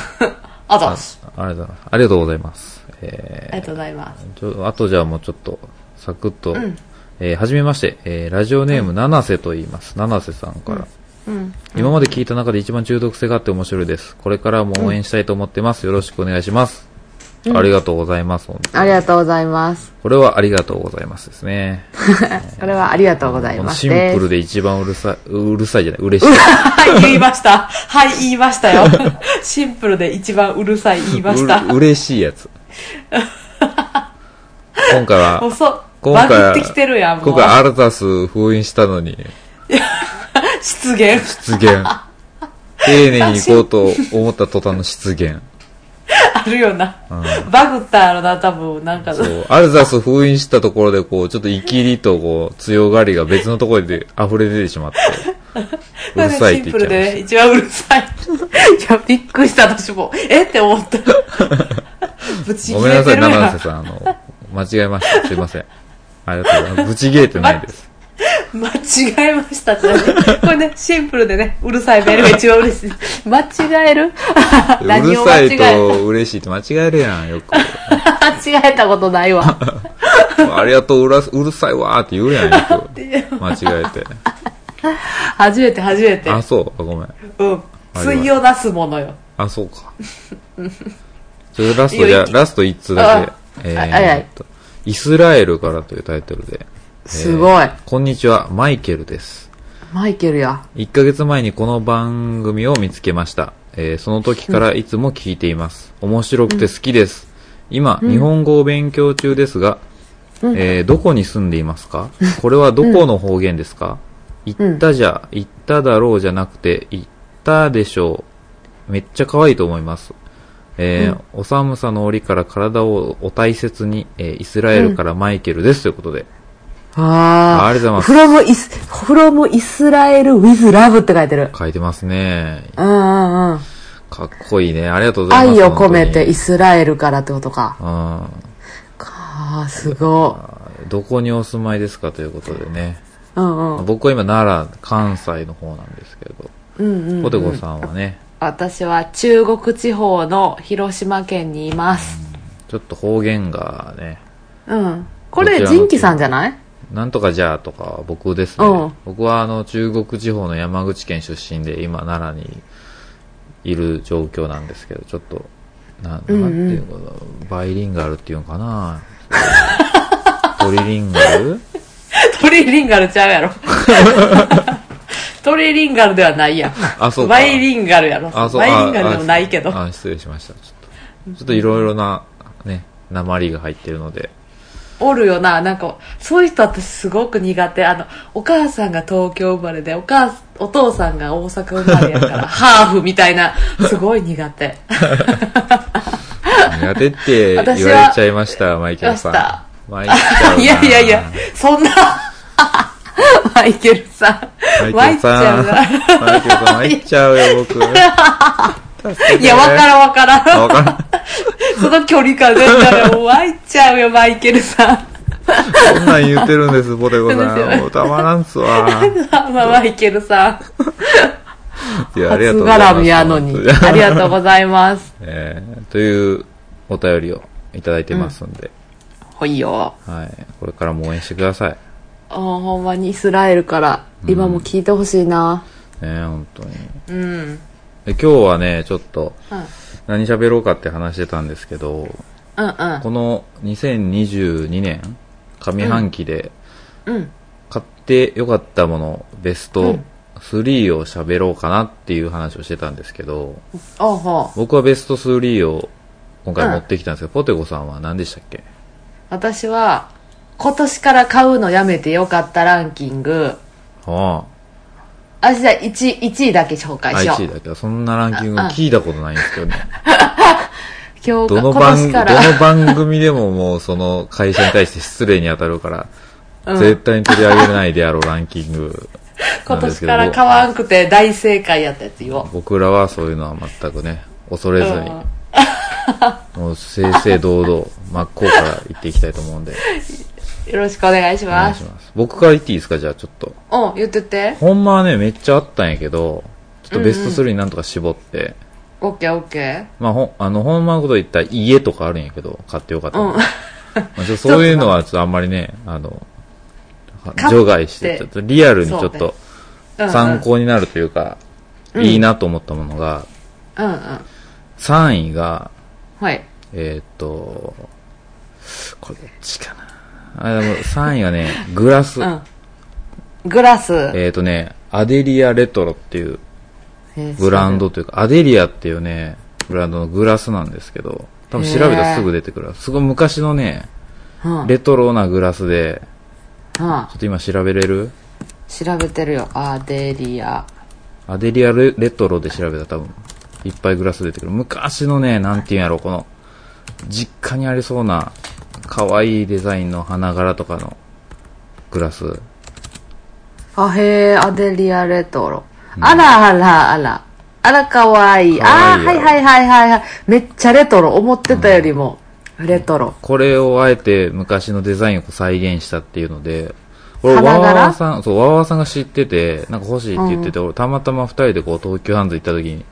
Speaker 2: あざっす。
Speaker 1: あありがとうございますありがとうございますえ
Speaker 2: ありがとうございます。
Speaker 1: ーちょあとじゃあもうちょっとサクッと、
Speaker 2: ん
Speaker 1: えーはじめまして、えーラジオネーム、七瀬と言います。七瀬さんから。
Speaker 2: うん。
Speaker 1: 今まで聞いた中で一番中毒性があって面白いです。これからも応援したいと思ってます。よろしくお願いします。ありがとうございます。本当に
Speaker 2: ありがとうございます。
Speaker 1: これはありがとうございますですね。
Speaker 2: これはありがとうござい
Speaker 1: この
Speaker 2: ます。
Speaker 1: シンプル
Speaker 2: で。
Speaker 1: で一番うるさい、うるさいじゃない、嬉しい。
Speaker 2: はい、言いました。はい、言いましたよ。 シンプルで一番うるさい言いました。
Speaker 1: う嬉しい やつ。今回
Speaker 2: もう
Speaker 1: は、
Speaker 2: そ、
Speaker 1: 今
Speaker 2: バ
Speaker 1: 回
Speaker 2: グ
Speaker 1: は
Speaker 2: ってきてるやん、も
Speaker 1: 今
Speaker 2: う
Speaker 1: 回。アルタス封印したのに、
Speaker 2: 失言。
Speaker 1: 失言。丁寧に行こうと思った途端の失言。
Speaker 2: あるよな。バグったやろな、多分。なんか、
Speaker 1: そう、アルザス封印したところで、こう、ちょっとイキりと、こう、強がりが別のところで溢れ出てし まって、うるさい
Speaker 2: シ
Speaker 1: って
Speaker 2: ン
Speaker 1: 言
Speaker 2: プ
Speaker 1: っち
Speaker 2: ル
Speaker 1: ゃいま
Speaker 2: で
Speaker 1: し
Speaker 2: 一番うるさい。 いや、びっくりした、私も。えって思った。ぶち
Speaker 1: た。 ごめ
Speaker 2: 切
Speaker 1: んな
Speaker 2: れ
Speaker 1: さ
Speaker 2: て
Speaker 1: い、
Speaker 2: るや
Speaker 1: 七
Speaker 2: ん
Speaker 1: 瀬。さん、あの、間違えました。すいません。ありがとうございます。ぶち切れてないです。
Speaker 2: 間違えましたって、これね、シンプルでね、うるさいメールが一番嬉し い。間違える
Speaker 1: う
Speaker 2: 何
Speaker 1: る
Speaker 2: を
Speaker 1: さ
Speaker 2: 間違
Speaker 1: い
Speaker 2: えた
Speaker 1: と嬉しいって間違えるやん、よく。
Speaker 2: 間違えたことないわ。
Speaker 1: ありがとう、うらうるさいわーって言うやん、よく。間違え て。
Speaker 2: 初めて初めて。
Speaker 1: あ、そう。あごめん。
Speaker 2: うん。水を出すものよ。
Speaker 1: あ、そうか。 それラスト、
Speaker 2: いい
Speaker 1: じゃ
Speaker 2: よ
Speaker 1: あラスト1通だけ。え
Speaker 2: あはいはい
Speaker 1: ーっと、イスラエルからというタイトルで。
Speaker 2: すごい。
Speaker 1: こんにちは、マイケルです。
Speaker 2: マイケルや。
Speaker 1: 1ヶ月前にこの番組を見つけました。えーその時からいつも聞いています。面白くて好きです。今、日本語を勉強中ですが、えーどこに住んでいますかこれはどこの方言ですか、行ったじゃ、行っただろうじゃなくて、行ったでしょう。めっちゃ可愛いと思います。えーお寒さの折から体をお大切に、えーイスラエルからマイケルです。ということで。
Speaker 2: あー。
Speaker 1: ありがとうございます
Speaker 2: フロムイス、フロムイスラエル with love って書いてる。
Speaker 1: 書いてますね。
Speaker 2: うんうんうん。
Speaker 1: かっこいいね。ありがとうございます。
Speaker 2: 愛を込めてイ
Speaker 1: ス
Speaker 2: スラエルからってことか。
Speaker 1: あ
Speaker 2: あー、すご
Speaker 1: ーどこにお住まいですかということでね。
Speaker 2: い。うんうん。
Speaker 1: 僕は今奈良、関西の方なんですけど、
Speaker 2: うんうん。
Speaker 1: ポテコさんはね、
Speaker 2: 私は中国地方の広島県にいます。
Speaker 1: ちょっと方言がね、
Speaker 2: うん。これ、
Speaker 1: こちらの
Speaker 2: ジンキさんじゃ ない
Speaker 1: なんとかじゃあとかは僕ですね、
Speaker 2: うん
Speaker 1: 僕はあの中国地方の山口県出身で今奈良にいる状況なんですけどちょっとななんて
Speaker 2: うんうん
Speaker 1: いうのかな、バイリンガルっていうのか なトリリンガル
Speaker 2: トリリンガルちゃう やろ。トリリンガルではないやん。
Speaker 1: あそうか
Speaker 2: バイリンガルやろ。
Speaker 1: あそう
Speaker 2: バイリンガルでもないけど。
Speaker 1: ああ失礼しましたちょっとちょっといろいろなね鉛が入ってるので
Speaker 2: おるよな、なんか、そういう人私すごく苦手。あの、お母さんが東京生まれで、お母、お父さんが大阪生まれや から、ハーフみたいな、すごい苦手。
Speaker 1: 苦手って言われ
Speaker 2: 私は
Speaker 1: ちゃいましたマイケル
Speaker 2: 出した
Speaker 1: さんマイケルさん
Speaker 2: いやいやいや、そんな、 マイケルさん。
Speaker 1: マイケル
Speaker 2: 参っちゃ
Speaker 1: さ
Speaker 2: うんな。
Speaker 1: マイケルさん参っちゃうよ僕
Speaker 2: いや、わからんわからん。
Speaker 1: わからん
Speaker 2: その距離感全然もう湧いちゃうよ、マイケルさん。
Speaker 1: そんなん言うてるんですポテコ
Speaker 2: そうです
Speaker 1: さ
Speaker 2: よ
Speaker 1: んもうたまらんっすわ
Speaker 2: まあ、マイケルさん。
Speaker 1: いやありがと
Speaker 2: 初
Speaker 1: うございます
Speaker 2: 絡みやのに。ありがとうございます。
Speaker 1: えーというお便りをいただいてますんで、
Speaker 2: ほいよ。
Speaker 1: はい、これからも応援してください
Speaker 2: あーほんまにイスラエルから、今も聞いてほしいな。
Speaker 1: ね本当に
Speaker 2: うん。うん。
Speaker 1: で今日はねちょっと何喋ろうかって話してたんですけど
Speaker 2: うんうん。
Speaker 1: この2022年上半期で
Speaker 2: うん。
Speaker 1: 買ってよかったものベスト3を喋ろうかなっていう話をしてたんですけど
Speaker 2: おうほう。
Speaker 1: 僕はベスト3を今回持ってきたんですけど、ポテコさんは何でしたっけ
Speaker 2: 私は、今年から買うのやめてよかったランキング。
Speaker 1: は
Speaker 2: あ、じゃあ1位、1位だけ紹
Speaker 1: あ、
Speaker 2: 介しよ
Speaker 1: IT
Speaker 2: う。
Speaker 1: だけど、そんなランキング聞いたことないんですけどね。ど
Speaker 2: 今日か、
Speaker 1: の
Speaker 2: 今
Speaker 1: 番、
Speaker 2: 年
Speaker 1: ど
Speaker 2: から。
Speaker 1: の番組でももうその会社に対して失礼に当たるから、
Speaker 2: うん
Speaker 1: 絶対に取り上げないであろうランキングな
Speaker 2: 今
Speaker 1: んで
Speaker 2: 年
Speaker 1: すけど。
Speaker 2: から買わんくて大正解やったやつ言おう。
Speaker 1: 僕らはそういうのは全くね、恐れずに、
Speaker 2: うん
Speaker 1: もう正々堂々、真っ向から言っていきたいと思うんで、
Speaker 2: よろしくお願いし
Speaker 1: お願
Speaker 2: ま
Speaker 1: いし
Speaker 2: す。
Speaker 1: ます。僕から言っていいですかじゃあちょっと。
Speaker 2: うん、言ってって。
Speaker 1: ほんまはね、めっちゃあったんやけど、ちょっとベスト3になんとか絞って、
Speaker 2: オッケーオッケ
Speaker 1: まあ、ほん、あの、ほんまのこと言ったら家とかあるんやけど、買ってよかった
Speaker 2: ー。
Speaker 1: の。
Speaker 2: うん
Speaker 1: ま。あ、ちょそういうのはちょっとあんまりね、あの、
Speaker 2: 買って
Speaker 1: 除外して、ちょっとリアルにちょっ
Speaker 2: そうね
Speaker 1: と
Speaker 2: うんうん
Speaker 1: 参。考になるというか、
Speaker 2: うん
Speaker 1: いいなと思ったものが、
Speaker 2: うんうん。
Speaker 1: 3位が、
Speaker 2: はい。
Speaker 1: えーっと、これどっちかな。あ、でも3位は ね、グラス。
Speaker 2: うん。グラス。
Speaker 1: えーっとね、アデリアレトロっていう
Speaker 2: えー
Speaker 1: ブラン。ドというか、アデリアっていうね、ブランドのグラスなんですけど、多分調べたらすぐ出てくる。すごい昔のね、
Speaker 2: うん。うん
Speaker 1: レトロなグラスで、ちょっと今調べれる
Speaker 2: 調べてるよ。アデリア。
Speaker 1: アデリアレレトロで調べたら多分、いっぱいグラス出てくる。昔のね、なんていうんやろ、この、実家にありそうな、可愛いデザインの花柄とかのグラス。
Speaker 2: あ、へえ、アデリアレトロ。あらあらあら。あら、かわいい。
Speaker 1: かわ
Speaker 2: あ
Speaker 1: い
Speaker 2: ー
Speaker 1: い
Speaker 2: はい
Speaker 1: よ
Speaker 2: はいはいはいはい。めっちゃレトロ。思ってたよりも。レトロ。
Speaker 1: これをあえて昔のデザインをこう再現したっていうので、俺、
Speaker 2: 花
Speaker 1: わわ
Speaker 2: 柄
Speaker 1: わさん、そう、わわわさんが知ってて、なんか欲しいって言ってて、俺、たまたま二人でこう、東急ハンズ行った時に、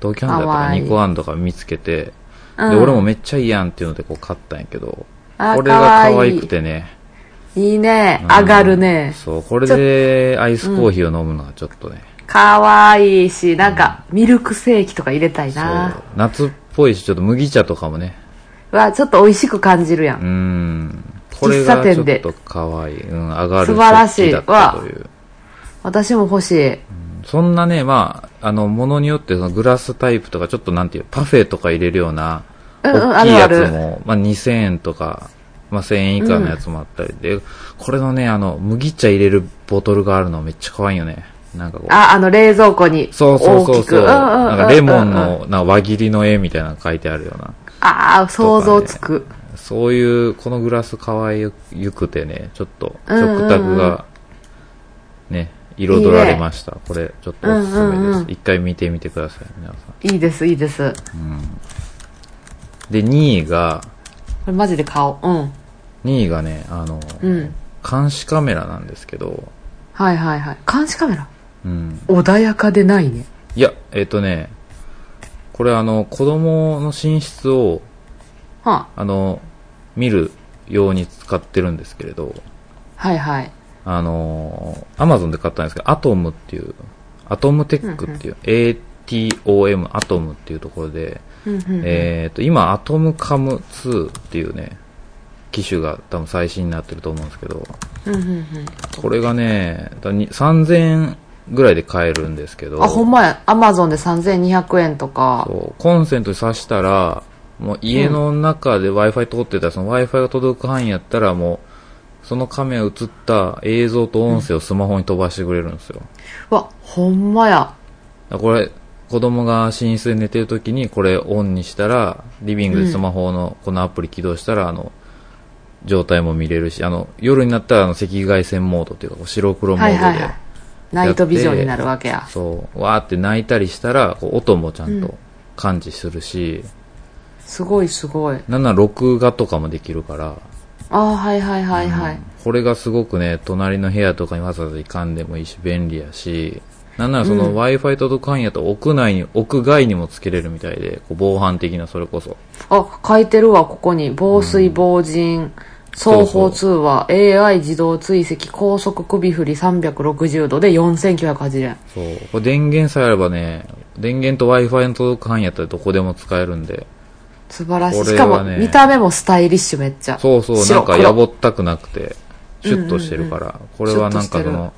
Speaker 1: 東急ハンズだったか
Speaker 2: 可
Speaker 1: ら
Speaker 2: 愛い
Speaker 1: ニコハンドか見つけて、
Speaker 2: うん
Speaker 1: で、俺もめっちゃいいやんっていうのでこう、買ったんやけど、
Speaker 2: あ
Speaker 1: これが可
Speaker 2: 可愛い
Speaker 1: 愛くてね、
Speaker 2: いいね。
Speaker 1: うん
Speaker 2: 上がるね。
Speaker 1: そう、これでアイスコーヒーを飲むのはちょっとね、
Speaker 2: かわいいし、なんか、ミルクセーキとか入れたい
Speaker 1: そう
Speaker 2: な。
Speaker 1: 夏っぽいし、ちょっと麦茶とかもね、
Speaker 2: わ、ちょっと美味しく感じるや。
Speaker 1: うんん、これが
Speaker 2: 喫茶
Speaker 1: ちょ
Speaker 2: 店
Speaker 1: っ
Speaker 2: で
Speaker 1: と可愛い、うん、上がる
Speaker 2: 素晴らしい
Speaker 1: 食器だったという。
Speaker 2: 私も欲しい。
Speaker 1: そんなね、まあ、あの、ものによって、そのグラスタイプとか、ちょっとなんていう、パフェとか入れるような、
Speaker 2: うんうん
Speaker 1: 大きいやつ
Speaker 2: ある
Speaker 1: も、まあ、2000円とか、まあ、1000円以下のやつもあったりで、これのね、あの、麦茶入れるボトルがあるのめっちゃ可愛いよね。なんかこう。
Speaker 2: あ、あの、冷蔵庫に。
Speaker 1: そうそうそう
Speaker 2: 大きく
Speaker 1: そう。なんかレモン。
Speaker 2: うんうんうんうん
Speaker 1: の、なんか輪切りの絵みたいなの書いてあるような。
Speaker 2: ああ、想像つく。
Speaker 1: そういう、このグラス可愛ゆくてね、ちょっと、食卓が、ね、彩られました。これ、ちょっとおすすめです。
Speaker 2: うんうんうん
Speaker 1: 一回見てみてください、皆さん。
Speaker 2: いいです、いいです。こ
Speaker 1: で、2位が、
Speaker 2: れマジで買おう。うん。
Speaker 1: 2位がね、あの、
Speaker 2: うん。
Speaker 1: 監視カメラなんですけど、
Speaker 2: はいはいはい。監視カメラ
Speaker 1: うん。
Speaker 2: 穏やかでないね。
Speaker 1: いや、えっ、とね、これあの、子供の寝室を、
Speaker 2: は
Speaker 1: あの、見る用に使ってるんですけれど、
Speaker 2: はいはい。
Speaker 1: あのー、アマゾンで買ったんですけど、アトムっていう、アトムテックっていう、ATOM、アトムっていうところで、
Speaker 2: うんうんうん
Speaker 1: えっと、今、アトムカム2っていうね、機種が多分最新になってると思うんですけど、
Speaker 2: うんうんうん
Speaker 1: これがね、だに3000円ぐらいで買えるんですけど、
Speaker 2: あ、ほんまや。アマゾンで3200円とか。
Speaker 1: そうコンセントに挿したら、もう家の中で Wi-Fi 通ってたら、その Wi-Fi が届く範囲やったら、もう、そのカメラ映った映像と音声をスマホに飛ばしてくれるんですよ。
Speaker 2: うわ、ほんまや。
Speaker 1: だからこれ、子供が寝室で寝てる時にこれオンにしたら、リビングでスマホのこのアプリ起動したら、あの、状態も見れるし、あの、夜になったらあの赤外線モードというか、こう白黒モー
Speaker 2: は
Speaker 1: ド
Speaker 2: い
Speaker 1: で、
Speaker 2: はいはい。ナイトビジョンになるわけや。
Speaker 1: そう、わーって泣いたりしたら、こう音もちゃんと感知するし、
Speaker 2: すごいすごい。
Speaker 1: なんなら録画とかもできるから、
Speaker 2: ああ、はいはいはいはい。
Speaker 1: これがすごくね、隣の部屋とかにわざわざ行かんでもいいし、便利やし、なんならその Wi-Fi 届かんやと屋内に、屋外にもつけれるみたいで、こう防犯的なそれこそ。
Speaker 2: あ、書いてるわ、ここに。防水、防塵、双方通話、AI 自動追跡、高速首振り360度で4980円。
Speaker 1: そう。これ電源さえあればね、電源と Wi-Fi の届く範囲やったらどこでも使えるんで。
Speaker 2: 素晴らしい。
Speaker 1: これはね
Speaker 2: しかも、見た目もスタイリッシュめっちゃ。
Speaker 1: そうそう、な
Speaker 2: 白
Speaker 1: んか
Speaker 2: 黒
Speaker 1: やぼったくなくて、シュッとしてるから、これはなん
Speaker 2: シュ
Speaker 1: か
Speaker 2: ッと
Speaker 1: そ
Speaker 2: して
Speaker 1: の、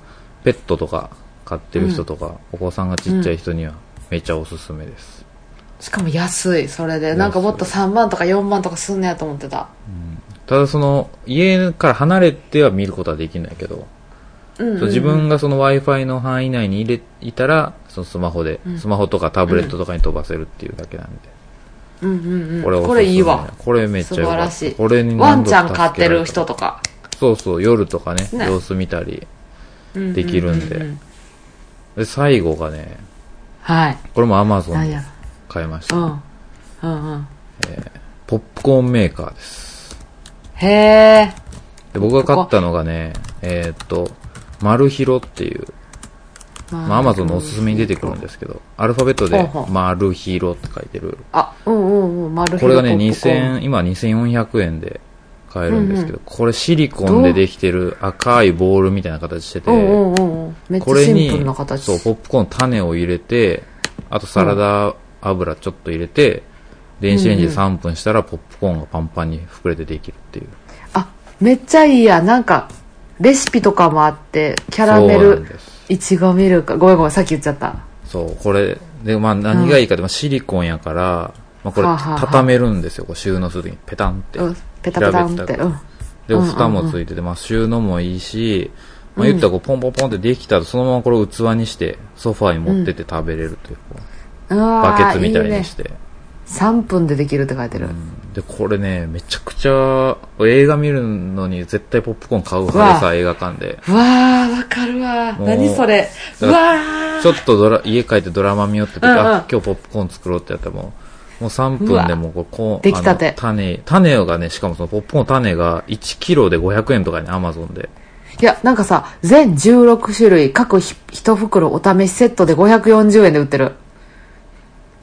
Speaker 1: ペットとか飼ってる人とか、お子さんがちっちゃい人にはめちゃおすすめです。
Speaker 2: しかも安い、それで。なんかもっと3万とか4万とかすんねやと思ってた。
Speaker 1: ただその、家から離れては見ることはできないけど、
Speaker 2: うんうん、
Speaker 1: そう自分がその Wi-Fi の範囲内に入れいたら、そのスマホで、スマホとかタブレットとかに飛ばせるっていうだけなんで。
Speaker 2: うんうんうん。
Speaker 1: これおすすめ
Speaker 2: これいいわ。
Speaker 1: これめっちゃ
Speaker 2: 素
Speaker 1: よ
Speaker 2: 晴
Speaker 1: かっ
Speaker 2: ら
Speaker 1: た
Speaker 2: しい。
Speaker 1: これに
Speaker 2: ワ
Speaker 1: 何
Speaker 2: ン
Speaker 1: 度
Speaker 2: ち
Speaker 1: か
Speaker 2: ゃん飼ってる人とか。
Speaker 1: そうそう、夜とかね、
Speaker 2: ね
Speaker 1: 様子見たりできるんで。
Speaker 2: うんうんうんうん
Speaker 1: で、最後がね、
Speaker 2: はい。
Speaker 1: これも Amazon
Speaker 2: 何
Speaker 1: で
Speaker 2: や
Speaker 1: 買いまし
Speaker 2: う
Speaker 1: た。
Speaker 2: ん。うんうん。
Speaker 1: ポップコーンメーカーです。
Speaker 2: へえ。
Speaker 1: で僕が買ったのがね、えーっと、マルヒロっていう、まあ Amazon のおすすめに出てくるんですけど、アルファベットで
Speaker 2: ほうほう
Speaker 1: マルヒロって書いてる。
Speaker 2: あ、うんうんうん。丸
Speaker 1: これがね、2000、
Speaker 2: 2000。
Speaker 1: 今2400円で買えるんですけど、これシリコンでできてる赤いボールみたいな形してて、
Speaker 2: うんうんうんうん。めっち
Speaker 1: こ
Speaker 2: ゃ
Speaker 1: れ
Speaker 2: シ
Speaker 1: に
Speaker 2: ンプルな、形。
Speaker 1: そう、ポップコーン種を入れて、あとサラダ油ちょっと入れて、電子レンジで3分したらポップコーンがパンパンに膨れてできるっていう。
Speaker 2: あ、めっちゃいいや。なんか、レシピとかもあって、キャラメ
Speaker 1: そうなん
Speaker 2: ル
Speaker 1: です、
Speaker 2: いちごミルク。ごめんごめん、さっき言っちゃった。
Speaker 1: そう、これ、で、まあ何がいいかって、まあシリコンやから、まあこれ
Speaker 2: はあはあはあ
Speaker 1: 畳めるんですよ、こう収納するときにペタンって。
Speaker 2: うん。ペタペタンって。
Speaker 1: 平べった
Speaker 2: う
Speaker 1: く
Speaker 2: ん。
Speaker 1: で、
Speaker 2: うんうんうん
Speaker 1: 蓋もついてて、まあ、収納もいいし、まあ、言ったらこう、ポンポンポンってできたら、そのままこれを器にして、ソファーに持ってって食べれるという、こう
Speaker 2: うわ
Speaker 1: バ
Speaker 2: ー
Speaker 1: ケツみたいに
Speaker 2: ね。
Speaker 1: して。
Speaker 2: 3分でできるって書いてる。
Speaker 1: で、これね、めちゃくちゃ、映画見るのに絶対ポップコーン買う派で
Speaker 2: う
Speaker 1: さ、映画館で。
Speaker 2: うわー、わかるわー。
Speaker 1: もう
Speaker 2: 何それ。う
Speaker 1: だ
Speaker 2: わー。
Speaker 1: ちょっとドラ、家帰ってドラマ見よって時、
Speaker 2: うんうん
Speaker 1: あ、今日ポップコーン作ろうってやったらもう、もう3分でもうこうコーン、
Speaker 2: 出来たて
Speaker 1: あの種、種がね、しかもそのポップコーン種が1キロで500円とかね、アマゾンで。
Speaker 2: いや、なんかさ、全16種類、各ひ1袋お試しセットで540円で売ってる。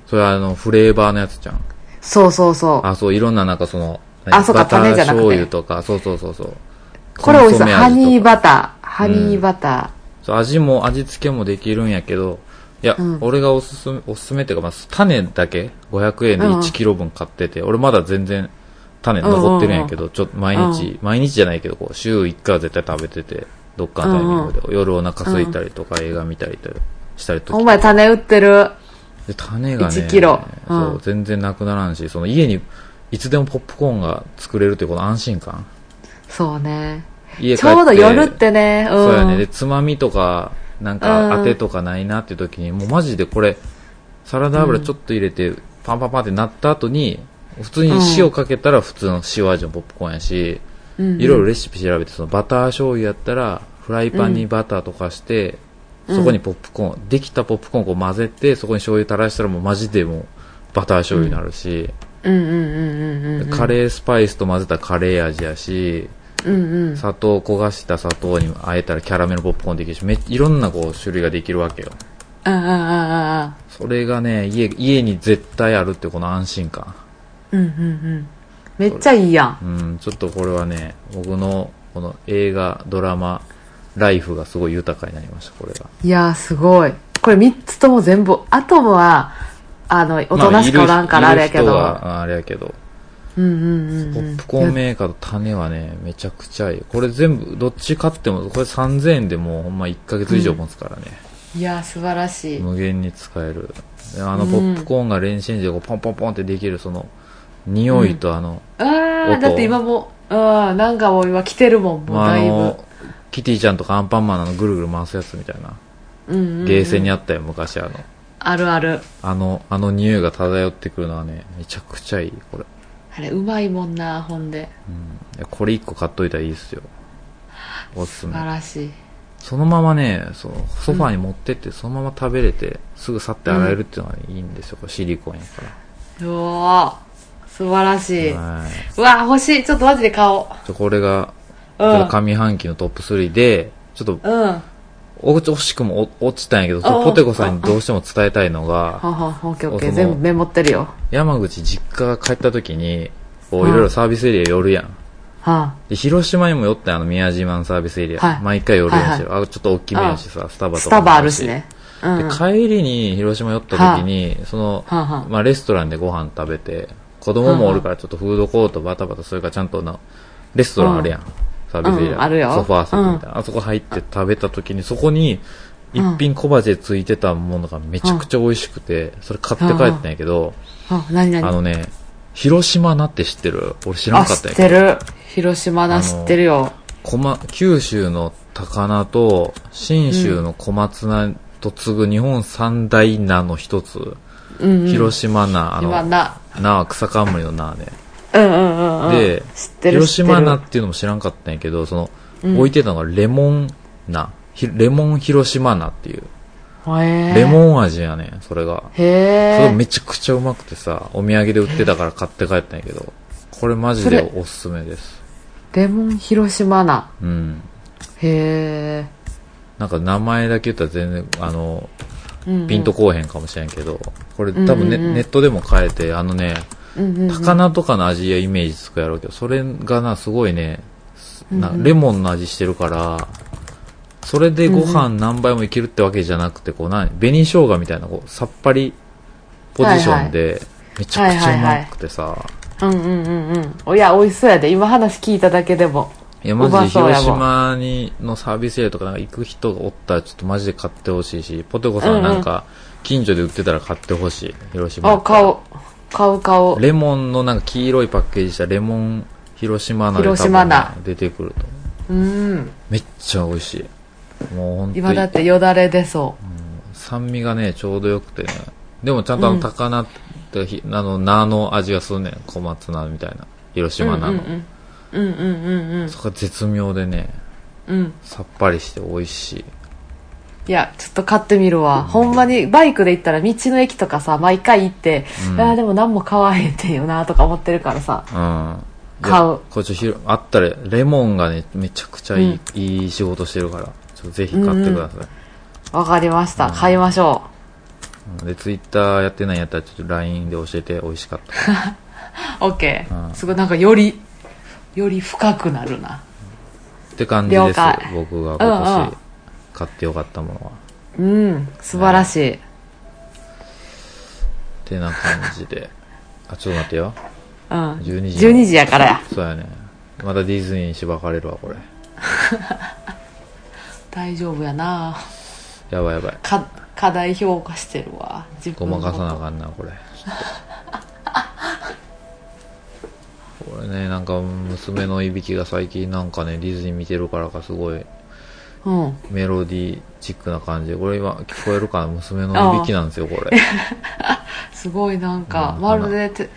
Speaker 1: それはあの、フレーバーのやつじゃん。
Speaker 2: そうそうそう。
Speaker 1: あ、そう、いろんななんかその、
Speaker 2: あそうか
Speaker 1: バタ
Speaker 2: 種
Speaker 1: ー
Speaker 2: じゃなくて
Speaker 1: 醤油とか、そうそうそうそう。
Speaker 2: これ美味しそ
Speaker 1: コンソ
Speaker 2: う。
Speaker 1: メ
Speaker 2: ハ
Speaker 1: 味とか
Speaker 2: ニーバター。ハニーバタ
Speaker 1: そう味も、味付けもできるんやけど、いや、俺がおすすめ、おすすめっていうか、まあ、種だけ、500円で
Speaker 2: うんうん
Speaker 1: 1キロ分買ってて、俺まだ全然、種残ってるんやけど、ちょっと毎日、毎日じゃないけど、こう、週1回は絶対食べてて、どっかのタイミングで、夜お腹空いたりとか、映画見たりとしたり
Speaker 2: ー。
Speaker 1: と
Speaker 2: ほんまや、種売ってる。
Speaker 1: で種がね
Speaker 2: 1キロうん
Speaker 1: そう全然なくならんしその家にいつでもポップコーンが作れるというこの安心感
Speaker 2: そうね。
Speaker 1: 家
Speaker 2: ちょうど夜ってね、うん。
Speaker 1: そうやね。で、つまみとか、なん
Speaker 2: うん
Speaker 1: か当てとかないなっていう時に、もうマジでこれ、サラダ油ちょっと入れて、パンパンパンってなった後に、普通に塩かけたら普通の塩味のポップコーンやし、いろいろレシピ調べて、そのバター醤油やったら、フライパンにバターとかして、そこにポップコーン、できたポップコーンをこう混ぜて、そこに醤油垂らしたらもうマジでもう、バター醤油になるし、
Speaker 2: うんうんうんうんうん。
Speaker 1: カレースパイスと混ぜたらカレー味やし、
Speaker 2: うんうん。
Speaker 1: 砂糖を焦がした砂糖にあえたらキャラメルポップコーンできるしめいろんなこう種類ができるわけよ
Speaker 2: うんうんうんうん。
Speaker 1: それがね家家に絶対あるってこの安心感
Speaker 2: うんうんうん。めっちゃいいやん。
Speaker 1: うん、ちょっとこれはね、僕のこの映画、ドラマ、ライフがすごい豊かになりました、これが。
Speaker 2: いやー、すごい。これ3つとも全部、アトムは、あの、おとなしくおらんから
Speaker 1: ま
Speaker 2: あれやけ
Speaker 1: いる人
Speaker 2: ど。
Speaker 1: はあれやけど、
Speaker 2: うんうんうん
Speaker 1: ポ
Speaker 2: うん。
Speaker 1: ップコーンメーカーと種はね、めちゃくちゃいい。これ全部、どっち買っても、これ3000円でもうほんま1ヶ月以上持つからね。
Speaker 2: いやー、素晴らしい。
Speaker 1: 無限に使える。であの、
Speaker 2: うん
Speaker 1: ポップコーンが電子レンジでこうポンポンポンってできる、その、匂いとあの、
Speaker 2: あ
Speaker 1: 音
Speaker 2: あ、だって今も、ああ、なんかもう今来てるもん、もう
Speaker 1: まあ、あ
Speaker 2: だいぶ。
Speaker 1: の、キティちゃんとかアンパンマンのあのぐるぐる回すやつみたいな。
Speaker 2: うんうんうん
Speaker 1: ゲーセンにあったよ、昔あの。
Speaker 2: あるある。
Speaker 1: あの、あの匂いが漂ってくるのはね、めちゃくちゃいい、これ。
Speaker 2: あれ、うまいもんな、ほんで。
Speaker 1: いやこれ一個買っといたらいいっすよ。おすす
Speaker 2: 素
Speaker 1: め
Speaker 2: 晴。らしい。
Speaker 1: そのままね、そのソファーに持ってって、そのまま食べれて、すぐ去って洗えるっていうのはいいんですよ、これシリコンやか
Speaker 2: うわー素晴らしい。
Speaker 1: ら。はい。
Speaker 2: うわー欲しい。ちょっとマジで買おう。
Speaker 1: じゃこれが、
Speaker 2: うん
Speaker 1: これが上半期のトップ3で、ちょっと、
Speaker 2: うん。は
Speaker 1: お惜しくもお落ちたんやけど、
Speaker 2: ああ
Speaker 1: ポテコさんにどうしても伝えたいのが、
Speaker 2: んはん、オッケーオッ
Speaker 1: そ
Speaker 2: ケー。
Speaker 1: の
Speaker 2: 全部メモってるよ。
Speaker 1: 山口実家が帰った時に、こ
Speaker 2: う
Speaker 1: う、
Speaker 2: ん
Speaker 1: いろいろサービスエリア寄るやん。
Speaker 2: は
Speaker 1: で広島にも寄ったよあの宮島のサービスエリア、
Speaker 2: はい
Speaker 1: 毎回寄るやんし、
Speaker 2: は
Speaker 1: あちょっと大きめやしさスタバと
Speaker 2: あ、
Speaker 1: か
Speaker 2: スタバあるしね。う
Speaker 1: もあ
Speaker 2: ん。
Speaker 1: るし
Speaker 2: は
Speaker 1: で帰りに広島寄った時に、その、
Speaker 2: あはあ
Speaker 1: まあ、レストランでご飯食べて子供もおるからちょっとフードコートバタバタするからちゃんとなレストランあるやん、サービスエリア、
Speaker 2: うんあるよ
Speaker 1: ソファー席みたいな、あそこ入って食べた時にそこに一品小鉢でついてたものがめちゃくちゃ美味しくて、それ買って帰ったんやけど、
Speaker 2: あ、なにな
Speaker 1: あ
Speaker 2: に
Speaker 1: のね広島菜って知ってる俺知ら
Speaker 2: あ、
Speaker 1: なかったん
Speaker 2: 知
Speaker 1: や
Speaker 2: っ
Speaker 1: けど
Speaker 2: てる。広島な知ってるよ。
Speaker 1: こま、九州の高菜と、信州の小松菜と次ぐ日本三大菜の一つ、
Speaker 2: うんうん。
Speaker 1: 広島菜、あ
Speaker 2: 今
Speaker 1: の、
Speaker 2: な。
Speaker 1: 菜は草冠の菜ね。
Speaker 2: うんうんうんうん。
Speaker 1: で
Speaker 2: 知ってる
Speaker 1: 広
Speaker 2: 知ってる。
Speaker 1: 島菜っていうのも知らんかったんやけど、その、
Speaker 2: うん
Speaker 1: 置いてたのがレモン菜。ひレモン広島菜っていう。
Speaker 2: へー
Speaker 1: レモン味やねん、それが。
Speaker 2: へ
Speaker 1: そ
Speaker 2: え。
Speaker 1: れめちゃくちゃうまくてさ、お土産で売ってたから買って帰ったんやけど、これマジで
Speaker 2: それ
Speaker 1: おすすめです。
Speaker 2: レモン広島菜。
Speaker 1: うん。
Speaker 2: へえ。
Speaker 1: なんか名前だけ言ったら全然、あの、
Speaker 2: うんうん
Speaker 1: ピンとこうへんかもしれんけど、これ多分ね、
Speaker 2: うんうんうん
Speaker 1: ネットでも買えて、あのね、
Speaker 2: うんうんうん
Speaker 1: 高菜とかの味やイメージつくやろうけど、それがな、すごいね、な
Speaker 2: うんうん
Speaker 1: レモンの味してるから、それでご飯何杯もいけるってわけじゃなくて、こう、な、紅生姜みたいな、こう、さっぱりポジションで、めちゃくちゃうまくてさ、
Speaker 2: うんうんうんうん。おいや、美味しそうやで。今話聞いただけでも。
Speaker 1: いや、マジ
Speaker 2: う
Speaker 1: で
Speaker 2: まそうや
Speaker 1: 広
Speaker 2: もん
Speaker 1: 島にのサービスエリアとかなんか行く人がおったら、ちょっとマジで買ってほしいし、ポテコさんはなんか、近所で売ってたら買ってほしい、広島や
Speaker 2: あ、
Speaker 1: ったら。
Speaker 2: 買おう。買う買おう。
Speaker 1: レモンのなんか黄色いパッケージしたレモン広島菜で
Speaker 2: 広
Speaker 1: 多
Speaker 2: 島
Speaker 1: 分、ね
Speaker 2: 菜、
Speaker 1: 出てくると思う
Speaker 2: うん。
Speaker 1: めっちゃ美味しいもうほんと
Speaker 2: 今だっ
Speaker 1: に
Speaker 2: てよだれ出そ
Speaker 1: 酸味がねちょうどよくてねでもちゃんとあ
Speaker 2: うん
Speaker 1: の高菜って、ひあの菜の味がするねん小松菜みたいな広
Speaker 2: う。
Speaker 1: 島菜の、
Speaker 2: うんうんうん。うんうんうん
Speaker 1: そこが絶妙でね
Speaker 2: うん。うん。
Speaker 1: さっぱりして美味しい
Speaker 2: いや、ちょっと買ってみるわ。ほんまに、バイクで行ったら道の駅とかさ、毎回行って、
Speaker 1: うん
Speaker 2: あーでも何も買わへんてんよな、とか思ってるからさ。
Speaker 1: うんで
Speaker 2: 買う
Speaker 1: こっちひろあったらレモンがねめちゃくちゃいい,、いい仕事してるからちょっとぜひ買ってください、
Speaker 2: わかりました。買いましょ
Speaker 1: で、ツイッターやってないんやったら、ちょっと LINE で教えて美味しかった。
Speaker 2: う。オッケ
Speaker 1: う
Speaker 2: ー。
Speaker 1: ん
Speaker 2: すごい、なんかより、より深くなるな。
Speaker 1: って感じで
Speaker 2: 了
Speaker 1: す
Speaker 2: 解。
Speaker 1: 僕が今
Speaker 2: うんうん
Speaker 1: 年買ってよかったものは。
Speaker 2: うん。素晴らしい。
Speaker 1: ってな感じで。あ、ちょっと待ってよ。
Speaker 2: うん。
Speaker 1: 12時。
Speaker 2: 12時やからや。
Speaker 1: そうやね。まだディズニーにしばかれるわ、これ。
Speaker 2: 大丈夫やな
Speaker 1: やばいやばい。
Speaker 2: か課題評価してるわ自
Speaker 1: ご
Speaker 2: 分の
Speaker 1: ま
Speaker 2: こ
Speaker 1: か
Speaker 2: と
Speaker 1: さなあかんな、これ。これね、なんか娘のいびきが最近なんかね、ディズニー見てるからかすごい
Speaker 2: うん
Speaker 1: メロディチックな感じで、これ今聞こえるかな娘のいびきなんですよ、これ。
Speaker 2: すごいなんか、
Speaker 1: うん
Speaker 2: まるでて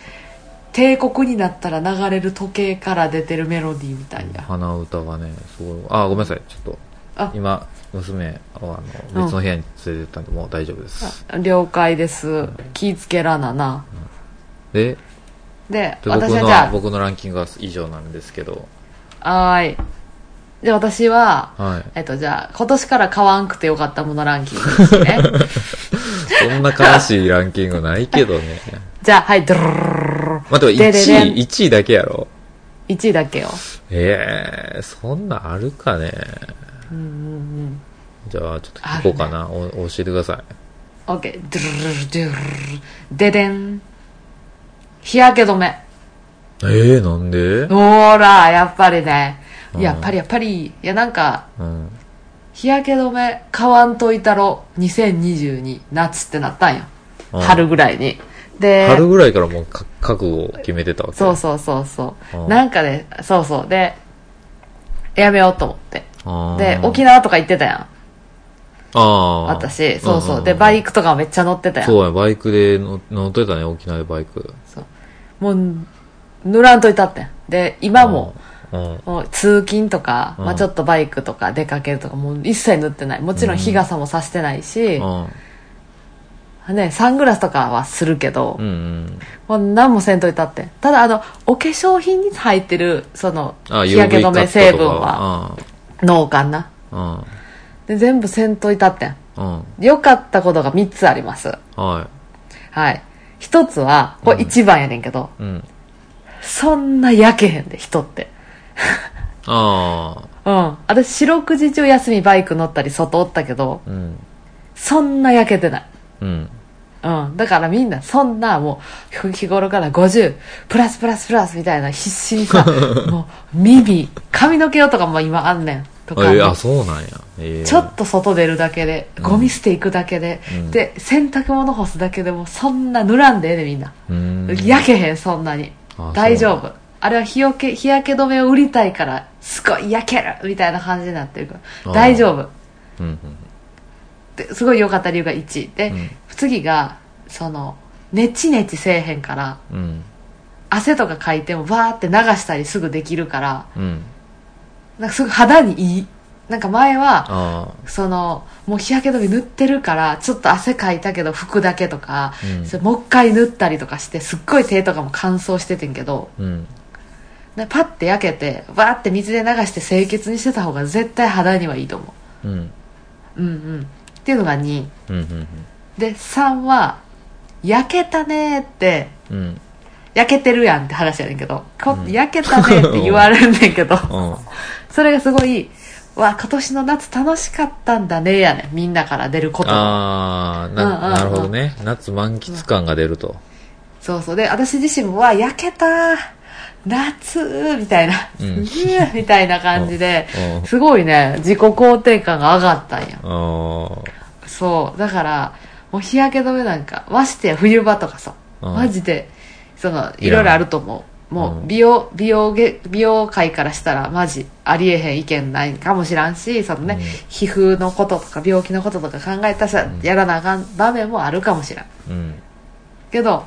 Speaker 2: 帝国になったら流れる時計から出てるメロディーみたいや
Speaker 1: 鼻歌がね、すごい。あ、ごめんなさい。ちょっ
Speaker 2: あ
Speaker 1: と、今、娘をあ
Speaker 2: うん
Speaker 1: の別の部屋に連れてったんで、もう大丈夫です。
Speaker 2: 了解です気ぃつけらなな
Speaker 1: で、
Speaker 2: で
Speaker 1: で僕
Speaker 2: 私は
Speaker 1: の
Speaker 2: じゃ
Speaker 1: は、僕のランキングは以上なんですけど、
Speaker 2: あはーいじゃあ私は
Speaker 1: はい。
Speaker 2: えっとじゃあ今年から買わんくてよかったものランキングですね
Speaker 1: そんな悲しいランキングないけどね。
Speaker 2: じゃあはいドゥルルルルルル
Speaker 1: 待って、
Speaker 2: ででで
Speaker 1: 1位、1位だけやろ
Speaker 2: 1位だけよ。
Speaker 1: ええそんなんあるかね
Speaker 2: うんうんうん。
Speaker 1: じゃあ、ちょっと聞こうかな。お教えてください。
Speaker 2: OK。ドゥルルルドゥルルルででん。日焼け止め。
Speaker 1: ええなんで
Speaker 2: ほら、やっぱりね。
Speaker 1: うん
Speaker 2: やっぱりやっぱり、いやなんか、
Speaker 1: うん。
Speaker 2: 日焼け止め買わんといたろ、2022夏ってなったんよ。
Speaker 1: うん
Speaker 2: 春ぐらいに。で、
Speaker 1: 春ぐらいからもうか覚悟を決めてたわけ。
Speaker 2: そうそうそうそ
Speaker 1: うん
Speaker 2: う。なんかね、そうそう。で、やめようと思って。
Speaker 1: あー
Speaker 2: で、沖縄とか行ってたやん。
Speaker 1: ああ。
Speaker 2: 私。そうそう。
Speaker 1: ん
Speaker 2: で、バイクとかめっちゃ乗ってたやん。
Speaker 1: そうや、バイクでの乗ってたね、沖縄でバイク。
Speaker 2: そうもう、塗らんといたってん。で、今も、
Speaker 1: うん。うん。
Speaker 2: もう通勤とか、
Speaker 1: うん
Speaker 2: まあちょっとバイクとか出かけるとか、もう一切塗ってない。もちろん日傘もさしてないし、
Speaker 1: うん。
Speaker 2: ね、サングラスとかはするけど、
Speaker 1: うんうん。
Speaker 2: もう何もせんといたってん。ただ、あの、お化粧品に入ってる、その、
Speaker 1: あ、
Speaker 2: 日焼け止め成分は、
Speaker 1: は。
Speaker 2: 脳幹な。
Speaker 1: うん。うん。
Speaker 2: で、全部せんといたってん。
Speaker 1: うん。
Speaker 2: 良かったことが3つあります。
Speaker 1: は
Speaker 2: はい。一つは、これ一番やねんけど、
Speaker 1: い。うん。
Speaker 2: そんな焼けへんで、人って。
Speaker 1: あ
Speaker 2: うん。私、四六時中休みバイク乗ったり外おったけど、
Speaker 1: あ。うん。
Speaker 2: そんな焼けてない。
Speaker 1: うん。
Speaker 2: うん。だからみんな、そんなもう、日頃から50、プラスプラスプラスみたいな必死 にさ、もう、耳、髪の毛よとかも今あんねん。とか、
Speaker 1: あ、えあ、そうなんや。ええ
Speaker 2: ちょっと外出るだけで、ゴミ捨て行くだけで、
Speaker 1: うん
Speaker 2: で、洗濯物干すだけでも、そんな塗らんでええでみんな。
Speaker 1: うん。
Speaker 2: 焼けへん、そんなに
Speaker 1: あ。
Speaker 2: 大丈夫。あれは日よけ、日焼け止めを売りたいから、すごい焼けるみたいな感じになってるか
Speaker 1: あ
Speaker 2: ら、
Speaker 1: ー
Speaker 2: 大丈夫。
Speaker 1: うんうん。
Speaker 2: ですごい良かった理由が1で、
Speaker 1: うん
Speaker 2: 次がそのネチネチせえへんから
Speaker 1: うん。
Speaker 2: 汗とかかいてもバーって流したりすぐできるから
Speaker 1: うん。
Speaker 2: なんかすごい肌にいいなんか前は
Speaker 1: あ
Speaker 2: そのもう日焼け止め塗ってるからちょっと汗かいたけど拭くだけとか、
Speaker 1: うん
Speaker 2: それもう一回塗ったりとかしてすっごい手とかも乾燥しててんけど
Speaker 1: あ。うん。
Speaker 2: なパッて焼けてバーって水で流して清潔にしてた方が絶対肌にはいいと思
Speaker 1: うん。
Speaker 2: ううんうんっていうのが2
Speaker 1: うん。うん。
Speaker 2: で3は焼けたねーって
Speaker 1: うん。うん。
Speaker 2: 焼けてるやんって話やねんけど、こ
Speaker 1: うん
Speaker 2: 焼けたねって言われんねんけど、
Speaker 1: うん。
Speaker 2: それがすごい、わ、今年の夏楽しかったんだねやねん。みんなから出ること。
Speaker 1: ああ、
Speaker 2: うんうんう
Speaker 1: な、
Speaker 2: ん
Speaker 1: なるほどね。夏満喫感が出ると。
Speaker 2: そうそう。で、私自身も、わ、焼けたー夏ーみたいな、
Speaker 1: うん
Speaker 2: うー みたいな感じで
Speaker 1: うんうん、
Speaker 2: すごいね、自己肯定感が上がったんや。
Speaker 1: あ
Speaker 2: そう。だから、もう日焼け止めなんか、ましてや冬場とかさ、
Speaker 1: うん
Speaker 2: マジで、その、
Speaker 1: い
Speaker 2: い
Speaker 1: らん
Speaker 2: ろいろあると思う。も
Speaker 1: う
Speaker 2: う、
Speaker 1: ん
Speaker 2: 美容、美容げ、美容界からしたら、マジ、ありえへん意見ないかもしらんし、そのね、
Speaker 1: うん
Speaker 2: 皮膚のこととか病気のこととか考えたらさ、やらなあかん場面もあるかもしらん。
Speaker 1: あ。うん。
Speaker 2: けど、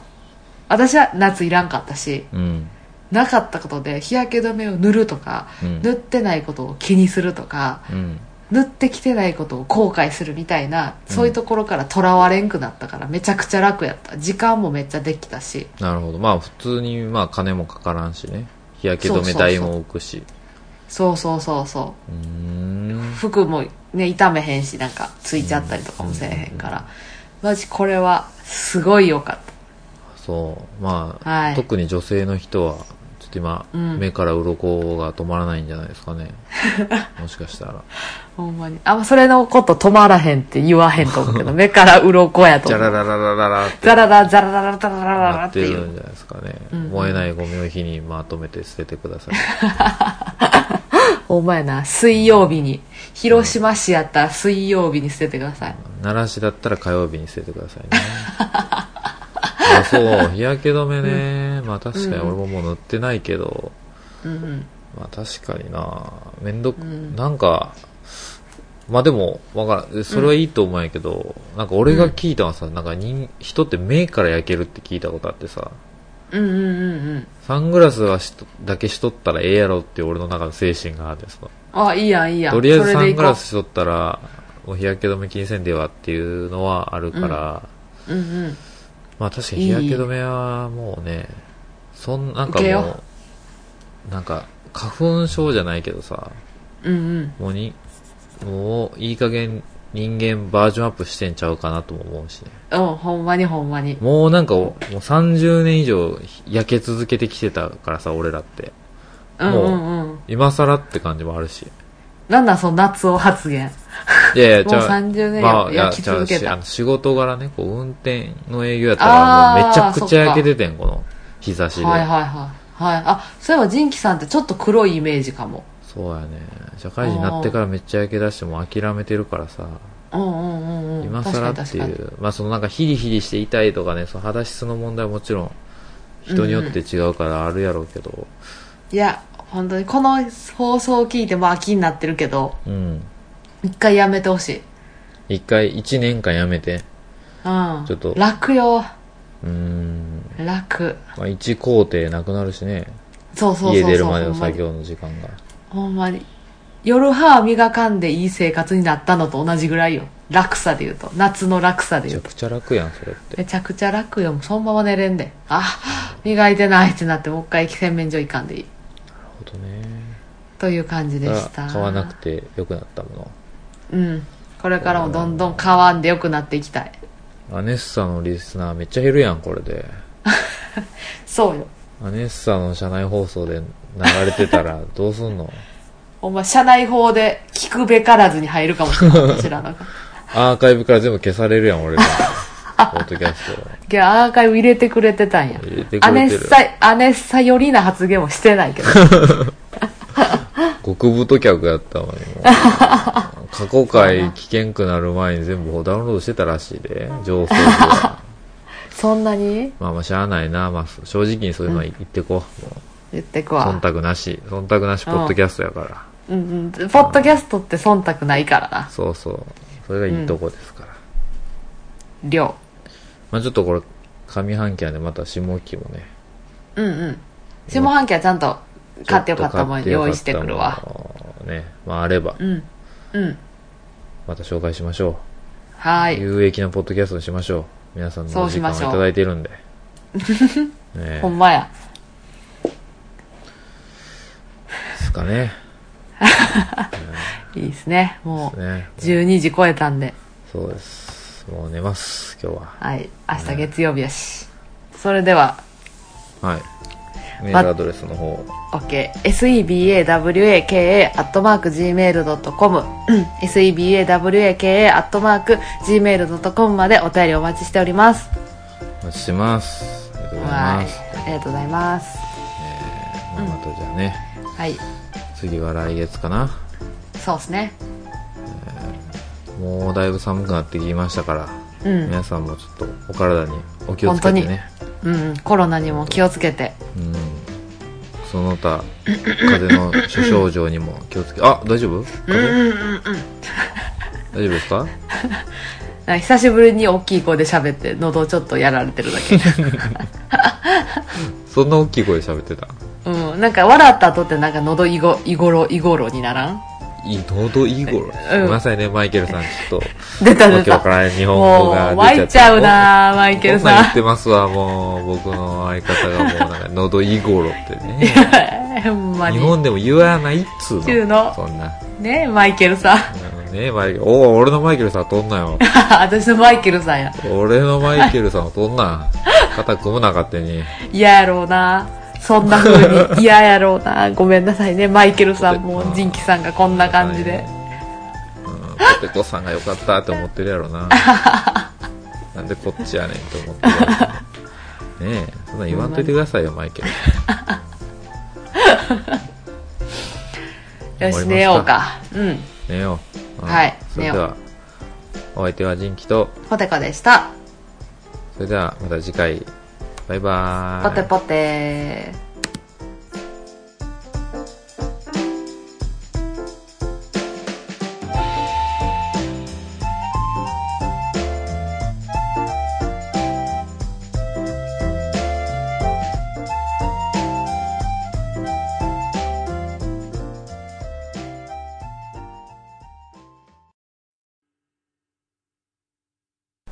Speaker 2: 私は夏いらんかったし、
Speaker 1: うん。
Speaker 2: なかったことで日焼け止めを塗るとか、
Speaker 1: うん
Speaker 2: 塗ってないことを気にするとか、
Speaker 1: うん。
Speaker 2: 塗ってきてないことを後悔するみたいなそういうところからとらわれんくなったからめちゃくちゃ楽やった時間もめっちゃできたし
Speaker 1: なるほど。まあ普通に、まあ金もかからんしね。日焼け止め代も置くし。
Speaker 2: そうそうそうそう
Speaker 1: ーん
Speaker 2: う。服もね傷めへんしなんかついちゃったりとかもせえへんからマジこれはすごい良かっ
Speaker 1: そう。まあ、
Speaker 2: はい
Speaker 1: 特に女性の人は、ちょっと今、
Speaker 2: うん
Speaker 1: 目から鱗が止まらないんじゃないですか ね。もしかしたら。
Speaker 2: たほんまにあんまそれのこと止まらへんって言わへんと思うけど目から鱗やと
Speaker 1: じゃ
Speaker 2: 思
Speaker 1: ら
Speaker 2: う
Speaker 1: らららららって
Speaker 2: ザララザラララザラララ
Speaker 1: な
Speaker 2: ラ
Speaker 1: っ
Speaker 2: って
Speaker 1: て
Speaker 2: い
Speaker 1: るん
Speaker 2: う
Speaker 1: じゃないですかね。
Speaker 2: んうん
Speaker 1: 燃えないゴミの日にまとめて捨ててくださ い。
Speaker 2: ほんまやな水曜日に広島市やったら水曜日に捨ててください
Speaker 1: 奈良市だったら火曜日に捨ててくださ いねあそう日焼け止めね、まあ確かに俺ももう塗ってないけど、
Speaker 2: うんうん
Speaker 1: まあ確かになめんどく、
Speaker 2: ん
Speaker 1: なんかまあでもわからんそれはいいと思うんやけど、なんか俺が聞いたのはさなんか人人って目から焼けるって聞いたことあってさ
Speaker 2: うんうんうんうん
Speaker 1: サングラスはしとだけしとったらええやろって俺の中の精神があってさ
Speaker 2: あ、いいやん、いいやん。
Speaker 1: とりあえず
Speaker 2: そ
Speaker 1: サ
Speaker 2: れで
Speaker 1: ン
Speaker 2: 行こ
Speaker 1: グ
Speaker 2: う
Speaker 1: ラスしとったらもう日焼け止め気にせんではっていうのはあるから、
Speaker 2: うんうん。
Speaker 1: まあ確かに日焼け止めはもうね、そん、なんか
Speaker 2: 受け
Speaker 1: も
Speaker 2: よ
Speaker 1: う、なんか、花粉症じゃないけどさ、
Speaker 2: うんうん。
Speaker 1: もうに、もういい加減人間バージョンアップしてんちゃうかなとも思うしね。
Speaker 2: うん、ほんまにほんまに。
Speaker 1: もうなんか、もう30年以上焼け続けてきてたからさ、俺らって。
Speaker 2: うんうんうん。
Speaker 1: 今更って感じもある し。
Speaker 2: なんだその夏を発言。
Speaker 1: いやいや、
Speaker 2: もう30年
Speaker 1: まあ、いや、
Speaker 2: 焼き続けた
Speaker 1: ちゃうしあの仕事柄ね、こう、運転の営業やったら、
Speaker 2: あー
Speaker 1: もうめちゃくちゃ
Speaker 2: そっか
Speaker 1: 焼けててん、この日差しで。
Speaker 2: はいはいはい。はい。あ、そういえばジンキさんってちょっと黒いイメージかも。
Speaker 1: そうやね。社会人になってからめっちゃ焼け出しても諦めてるからさ、
Speaker 2: うんうんうんうん。
Speaker 1: 今更って
Speaker 2: 確
Speaker 1: い
Speaker 2: かに確か
Speaker 1: う、まあそのなんかヒリヒリして痛いとかね、その肌質の問題はもちろん人によって違うからあるやろうけど、
Speaker 2: にいや、本当にこの放送を聞いてもう秋になってるけど、
Speaker 1: うん。
Speaker 2: 一回やめてほしい。
Speaker 1: 一回、一年間やめて、
Speaker 2: うん。
Speaker 1: ちょっと
Speaker 2: 楽よ。
Speaker 1: うーん、
Speaker 2: 楽。
Speaker 1: まあ一工程なくなるしね、
Speaker 2: そうそうそうそう。
Speaker 1: 家出るまでの
Speaker 2: ほんまに
Speaker 1: 作業の時間が。
Speaker 2: ほんまに。夜歯磨かんでいい生活になったのと同じぐらいよ。楽さで言うと。夏の楽さで
Speaker 1: めち
Speaker 2: 言
Speaker 1: ゃ
Speaker 2: うと。
Speaker 1: くちゃ楽やん、それって。
Speaker 2: めちゃくちゃ楽よ。そのまま寝れんで。あ、磨いてないってなって、もう一回洗面所行かんでいい。
Speaker 1: なるほどね。
Speaker 2: という感じでした。
Speaker 1: 買わなくて良くなったも
Speaker 2: うん。これからもどんどん買わんで良くなっていきたい。
Speaker 1: の。アネッサのリスナーめっちゃ減るやん、これで。
Speaker 2: そうよ。
Speaker 1: アネッサの社内放送で流れてたらどうすんの
Speaker 2: ほんま、社内法で聞くべからずに入るかもしれない。私らなんか。
Speaker 1: アーカイブから全部消されるや ん、俺ら。ポッドキャスト。
Speaker 2: いや、アーカイブ入れてくれてたんや。
Speaker 1: 入れてくれてる
Speaker 2: アネッサ、アネッサ寄りな発言もしてないけ ど。
Speaker 1: 極太客やったのにもう。過去回危険くなる前に全部ダウンロードしてたらしいで、情報が。
Speaker 2: そんなに
Speaker 1: まあまあ、しゃあないな。まあ、正直にそういうのは言ってこう。も
Speaker 2: 言ってく
Speaker 1: う
Speaker 2: わ。
Speaker 1: 忖度なし。忖度なしポッドキャストやから。
Speaker 2: うんうん、ポッドキャストって忖度ないからな。
Speaker 1: そうそう。それがいいとこですから。
Speaker 2: 量。
Speaker 1: まあちょっとこれ、上半期はね、また下期もね。
Speaker 2: うんうん。下半期はちゃんと買ってよかったもん
Speaker 1: ちょっと
Speaker 2: 用
Speaker 1: 買
Speaker 2: 意
Speaker 1: っ
Speaker 2: して
Speaker 1: よ
Speaker 2: く
Speaker 1: かった
Speaker 2: るわ。
Speaker 1: ものをね、まああれば、
Speaker 2: うん。うん。
Speaker 1: また紹介しましょ
Speaker 2: は
Speaker 1: う。
Speaker 2: ーい。
Speaker 1: 有益なポッドキャストにしましょう。皆さんの
Speaker 2: そ
Speaker 1: お
Speaker 2: う
Speaker 1: 時
Speaker 2: し
Speaker 1: 間
Speaker 2: ま
Speaker 1: をい
Speaker 2: しょう
Speaker 1: ただいているんで。ね
Speaker 2: ほんまや。
Speaker 1: ですかね。
Speaker 2: いいですね。もう、
Speaker 1: ね。
Speaker 2: 12時超えたんで。
Speaker 1: そうです。もう寝ます、今日
Speaker 2: はい。明日月曜日やし。それでは、
Speaker 1: は。はい。メールアドレスの方、
Speaker 2: OK。sebawaka.gmail.com うん sebawaka.gmail.com までお便りお待ちしております。
Speaker 1: お待ちしてます。ありがとうござい
Speaker 2: は
Speaker 1: ま
Speaker 2: い
Speaker 1: す。。
Speaker 2: ありがとうございます。
Speaker 1: まあまたじゃあね、
Speaker 2: はい。
Speaker 1: 次は来月かな。
Speaker 2: そうですね。
Speaker 1: もうだいぶ寒くなってきましたから、
Speaker 2: うん
Speaker 1: 皆さんもちょっとお体にお気をつけてね。
Speaker 2: うん、コロナにも気をつけて。
Speaker 1: うん、その他風邪の諸症状にも気をつけあ大丈夫風邪大丈夫ですか
Speaker 2: なんか久しぶりに大きい声で喋って、喉をちょっとやられてるだ
Speaker 1: そんな大きい声で喋ってた
Speaker 2: け。 うん、なんか笑った後ってなんか喉いご、いごろ、いごろにならん
Speaker 1: いい喉いい頃、ごめんなさいねマイケルさんちょっ
Speaker 2: 出た
Speaker 1: と
Speaker 2: 出
Speaker 1: わけわか
Speaker 2: た。
Speaker 1: らない日本語
Speaker 2: も
Speaker 1: が
Speaker 2: う、
Speaker 1: 出
Speaker 2: 湧いち
Speaker 1: ちゃ
Speaker 2: ゃ
Speaker 1: っ
Speaker 2: う
Speaker 1: た
Speaker 2: なぁ、マイケル
Speaker 1: こんなん言
Speaker 2: さ
Speaker 1: ってますわもう僕の相方がもうなんか喉いい頃ってね
Speaker 2: ん。 ほんま
Speaker 1: 日
Speaker 2: に。
Speaker 1: 本でも言わないっつうの
Speaker 2: 言うの
Speaker 1: そんな
Speaker 2: ね、マイケルさん。
Speaker 1: うんねマイケルおお俺のマイケルさんとんなよ
Speaker 2: 私のマイケルさんや。
Speaker 1: 俺のマイケルさんとんな肩組むな勝手に
Speaker 2: 嫌やろうなそんな風に 嫌やろうなごめんなさいね、マイケルさんも、ジンキさんがこんな感じで。
Speaker 1: うんポテコさんが良かったって思ってるやろ ななんでこっちやねんと思ってるやろねえそんなん言わんといてくださいよマイケル
Speaker 2: よし、寝ようか。うん。
Speaker 1: 寝よう、うん
Speaker 2: はい
Speaker 1: それではお相手はジンキと
Speaker 2: ポテコでした。
Speaker 1: それではまた次回バイバー
Speaker 2: ポ
Speaker 1: イ
Speaker 2: テポテ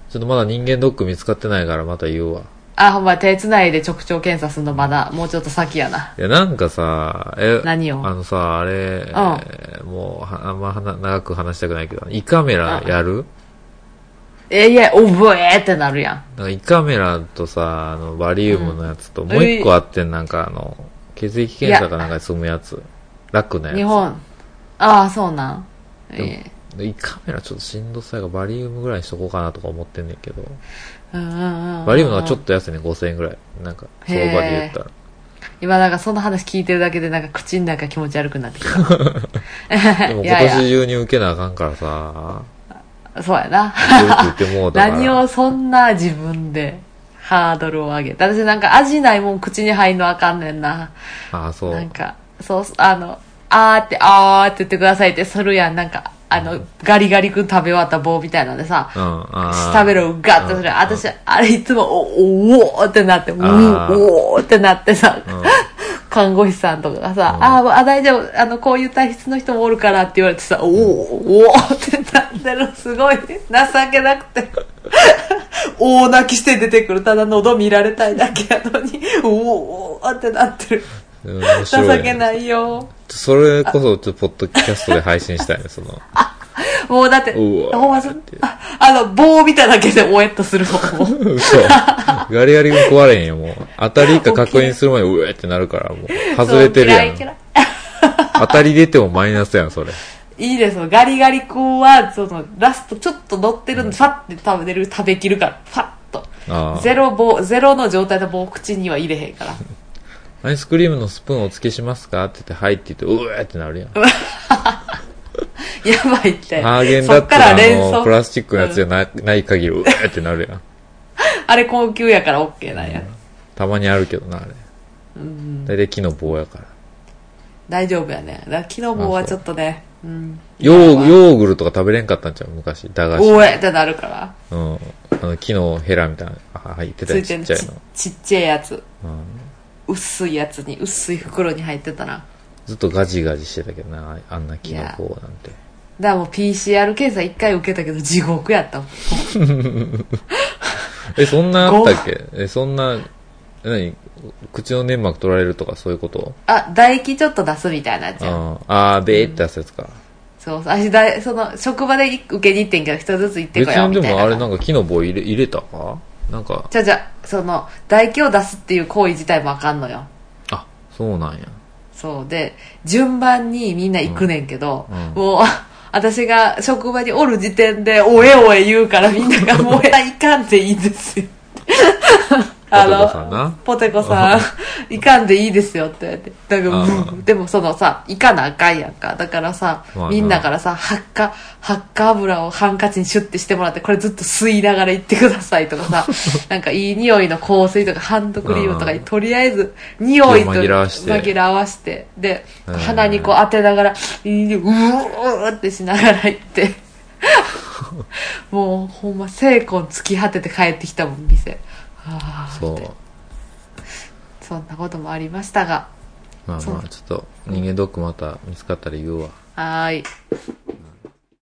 Speaker 1: ちょっとまだ人間ドック見つかってないからまた言うわ
Speaker 2: ああ、ほんま、手繋いで直腸検査するのまだ、もうちょっと先やな。
Speaker 1: いや、なんかさ、え、
Speaker 2: 何を
Speaker 1: あのさ、あれ、えーもう、はあんまはな長く話したくないけど、胃カメラやる
Speaker 2: え、いや、おぶえーってなるやん。
Speaker 1: なんか胃カメラとさ、あの、バリウムのやつと、もう一個あってん、なんかあの、血液検査かなんかに済むやつ。楽なやつ。
Speaker 2: 日本。ああ、そうなん。
Speaker 1: でも
Speaker 2: ええ
Speaker 1: で胃カメラちょっとしんどそうやからバリウムぐらいにしとこうかなとか思ってんねんけど。
Speaker 2: うんうんうん。
Speaker 1: バリウムの方がちょっと安いね、5000円ぐらい。なんか、相場で言ったら。
Speaker 2: 今なんかその話聞いてるだけでなんか口の中気持ち悪くなってきた。
Speaker 1: でも
Speaker 2: い
Speaker 1: 今
Speaker 2: やい
Speaker 1: 年中に受けなあかんからさ、
Speaker 2: や、そうやな。
Speaker 1: 言ってもうだから。
Speaker 2: 何をそんな自分でハードルを上げて。私なんか味ないもん口に入んのあかんねんな。
Speaker 1: ああ、そう。
Speaker 2: なんか、そう、あの、あーって、あーって言ってくださいってするやん。なんか、あの、ガリガリ君食べ終わった棒みたいなんでさ、
Speaker 1: うん、あ
Speaker 2: 食べるのガッとする。私、あれいつも、お、おーってなって、うん、
Speaker 1: あー
Speaker 2: おーってなってさ、
Speaker 1: うん
Speaker 2: 看護師さんとかがさ、あーもうあ、大丈夫、あの、こういう体質の人もおるからって言われてさ、おー、おーってなってる。すごい、情けなくて。大泣きして出てくる。ただ喉見られたいだけやのに、おー、おーってなってる。
Speaker 1: うん、面
Speaker 2: 情
Speaker 1: 白い
Speaker 2: け
Speaker 1: ね。
Speaker 2: ないよ。
Speaker 1: それこそ、ちょっと、ポッドキャストで配信したいね、その。
Speaker 2: もうだって、
Speaker 1: うわ
Speaker 2: ほんまそああの、棒見ただけでおえっとするもん。
Speaker 1: 嘘。ガリガリ君壊れへんよ、もう。当たりか確認する前に、うえってなるから、もう。 外れてるや
Speaker 2: そう嫌い
Speaker 1: ん。
Speaker 2: 嫌い
Speaker 1: 当たり出てもマイナスやん、それ。
Speaker 2: いいですよ。ガリガリ君は、その、ラストちょっと乗ってるんで、ファッて食べれる、食べきるから、ファッと。
Speaker 1: ああ。
Speaker 2: ゼロ棒、ゼロの状態でもう口には入れへんから。
Speaker 1: アイスクリームのスプーンお付けしますかって言って、はいって言って、うえってなるやん。
Speaker 2: やばいって。
Speaker 1: ハーゲン
Speaker 2: そ
Speaker 1: ダッ
Speaker 2: っ
Speaker 1: ツ
Speaker 2: から連
Speaker 1: のあの、プラ
Speaker 2: 想。
Speaker 1: スチックのやつじゃな,、ない限り、うえってなるやん。
Speaker 2: あれ高級やからオッケーなんや。
Speaker 1: たまにあるけどな、あれ。大体木の棒やから。
Speaker 2: 大丈夫やね。だから昨日もはちょっとね、うん。
Speaker 1: ヨーヨーグルとか食べれんかったんちゃう昔、駄菓子。
Speaker 2: おえってなるから。
Speaker 1: うん。あの、木のヘラみたいな。あ、入ってた
Speaker 2: つ
Speaker 1: よ
Speaker 2: い
Speaker 1: ち
Speaker 2: て
Speaker 1: っち
Speaker 2: るち
Speaker 1: ゃいの。
Speaker 2: ちっちゃいやつ。
Speaker 1: うん。
Speaker 2: 薄いやつに、薄い袋に入ってたな。
Speaker 1: ずっとガジガジしてたけどな、あんなキノコなんて。
Speaker 2: だからもう PCR 検査一回受けたけど地獄やったもん。
Speaker 1: え、そんなあったっけえ、そんな、何口の粘膜取られるとかそういうこと
Speaker 2: あ、唾液ちょっと出すみたいなやつやん。
Speaker 1: ああー、べーって出すやつか。
Speaker 2: そうそう。私だい、その、職場で受けに行ってんけど、人ずつ行って
Speaker 1: 別
Speaker 2: こよう
Speaker 1: に
Speaker 2: みた
Speaker 1: で
Speaker 2: い
Speaker 1: も
Speaker 2: な。
Speaker 1: あれなんか木の棒入れ入れたかなんか、
Speaker 2: じゃあじゃあその、唾液を出すっていう行為自体もあかんのよ。
Speaker 1: あ、そうなんや。
Speaker 2: そう。で、順番にみんな行くねんけど、
Speaker 1: うんうん
Speaker 2: もう、 私が職場におる時点で、おえおえ言うからみん なが、もうえいかんでいいですよ。
Speaker 1: ポテコさんな
Speaker 2: ポテ コさん、いかんでいいですよって言われて。だから
Speaker 1: あ
Speaker 2: うんでもそのさ、いかなあかんやんか。だからさ
Speaker 1: まあ、な
Speaker 2: みんなからさ、発火、発火油をハンカチにシュッてしてもらって、これずっと吸いながら行ってくださいと かさ、なんかいい匂いの香水とかハンドクリームとかに、
Speaker 1: うん
Speaker 2: とりあえず、匂いと
Speaker 1: 紛らわして
Speaker 2: 紛らわして、で、
Speaker 1: うん
Speaker 2: 鼻にこう当てながら、いい匂いうーってしながら行 って、もうほんま、精魂突き果てて帰ってきたもん、店。はあ
Speaker 1: そう。
Speaker 2: そんなこともありましたが、
Speaker 1: まあ
Speaker 2: そう
Speaker 1: まあ、ちょっと人間ドックまた見つかったら言うわ。
Speaker 2: はーい。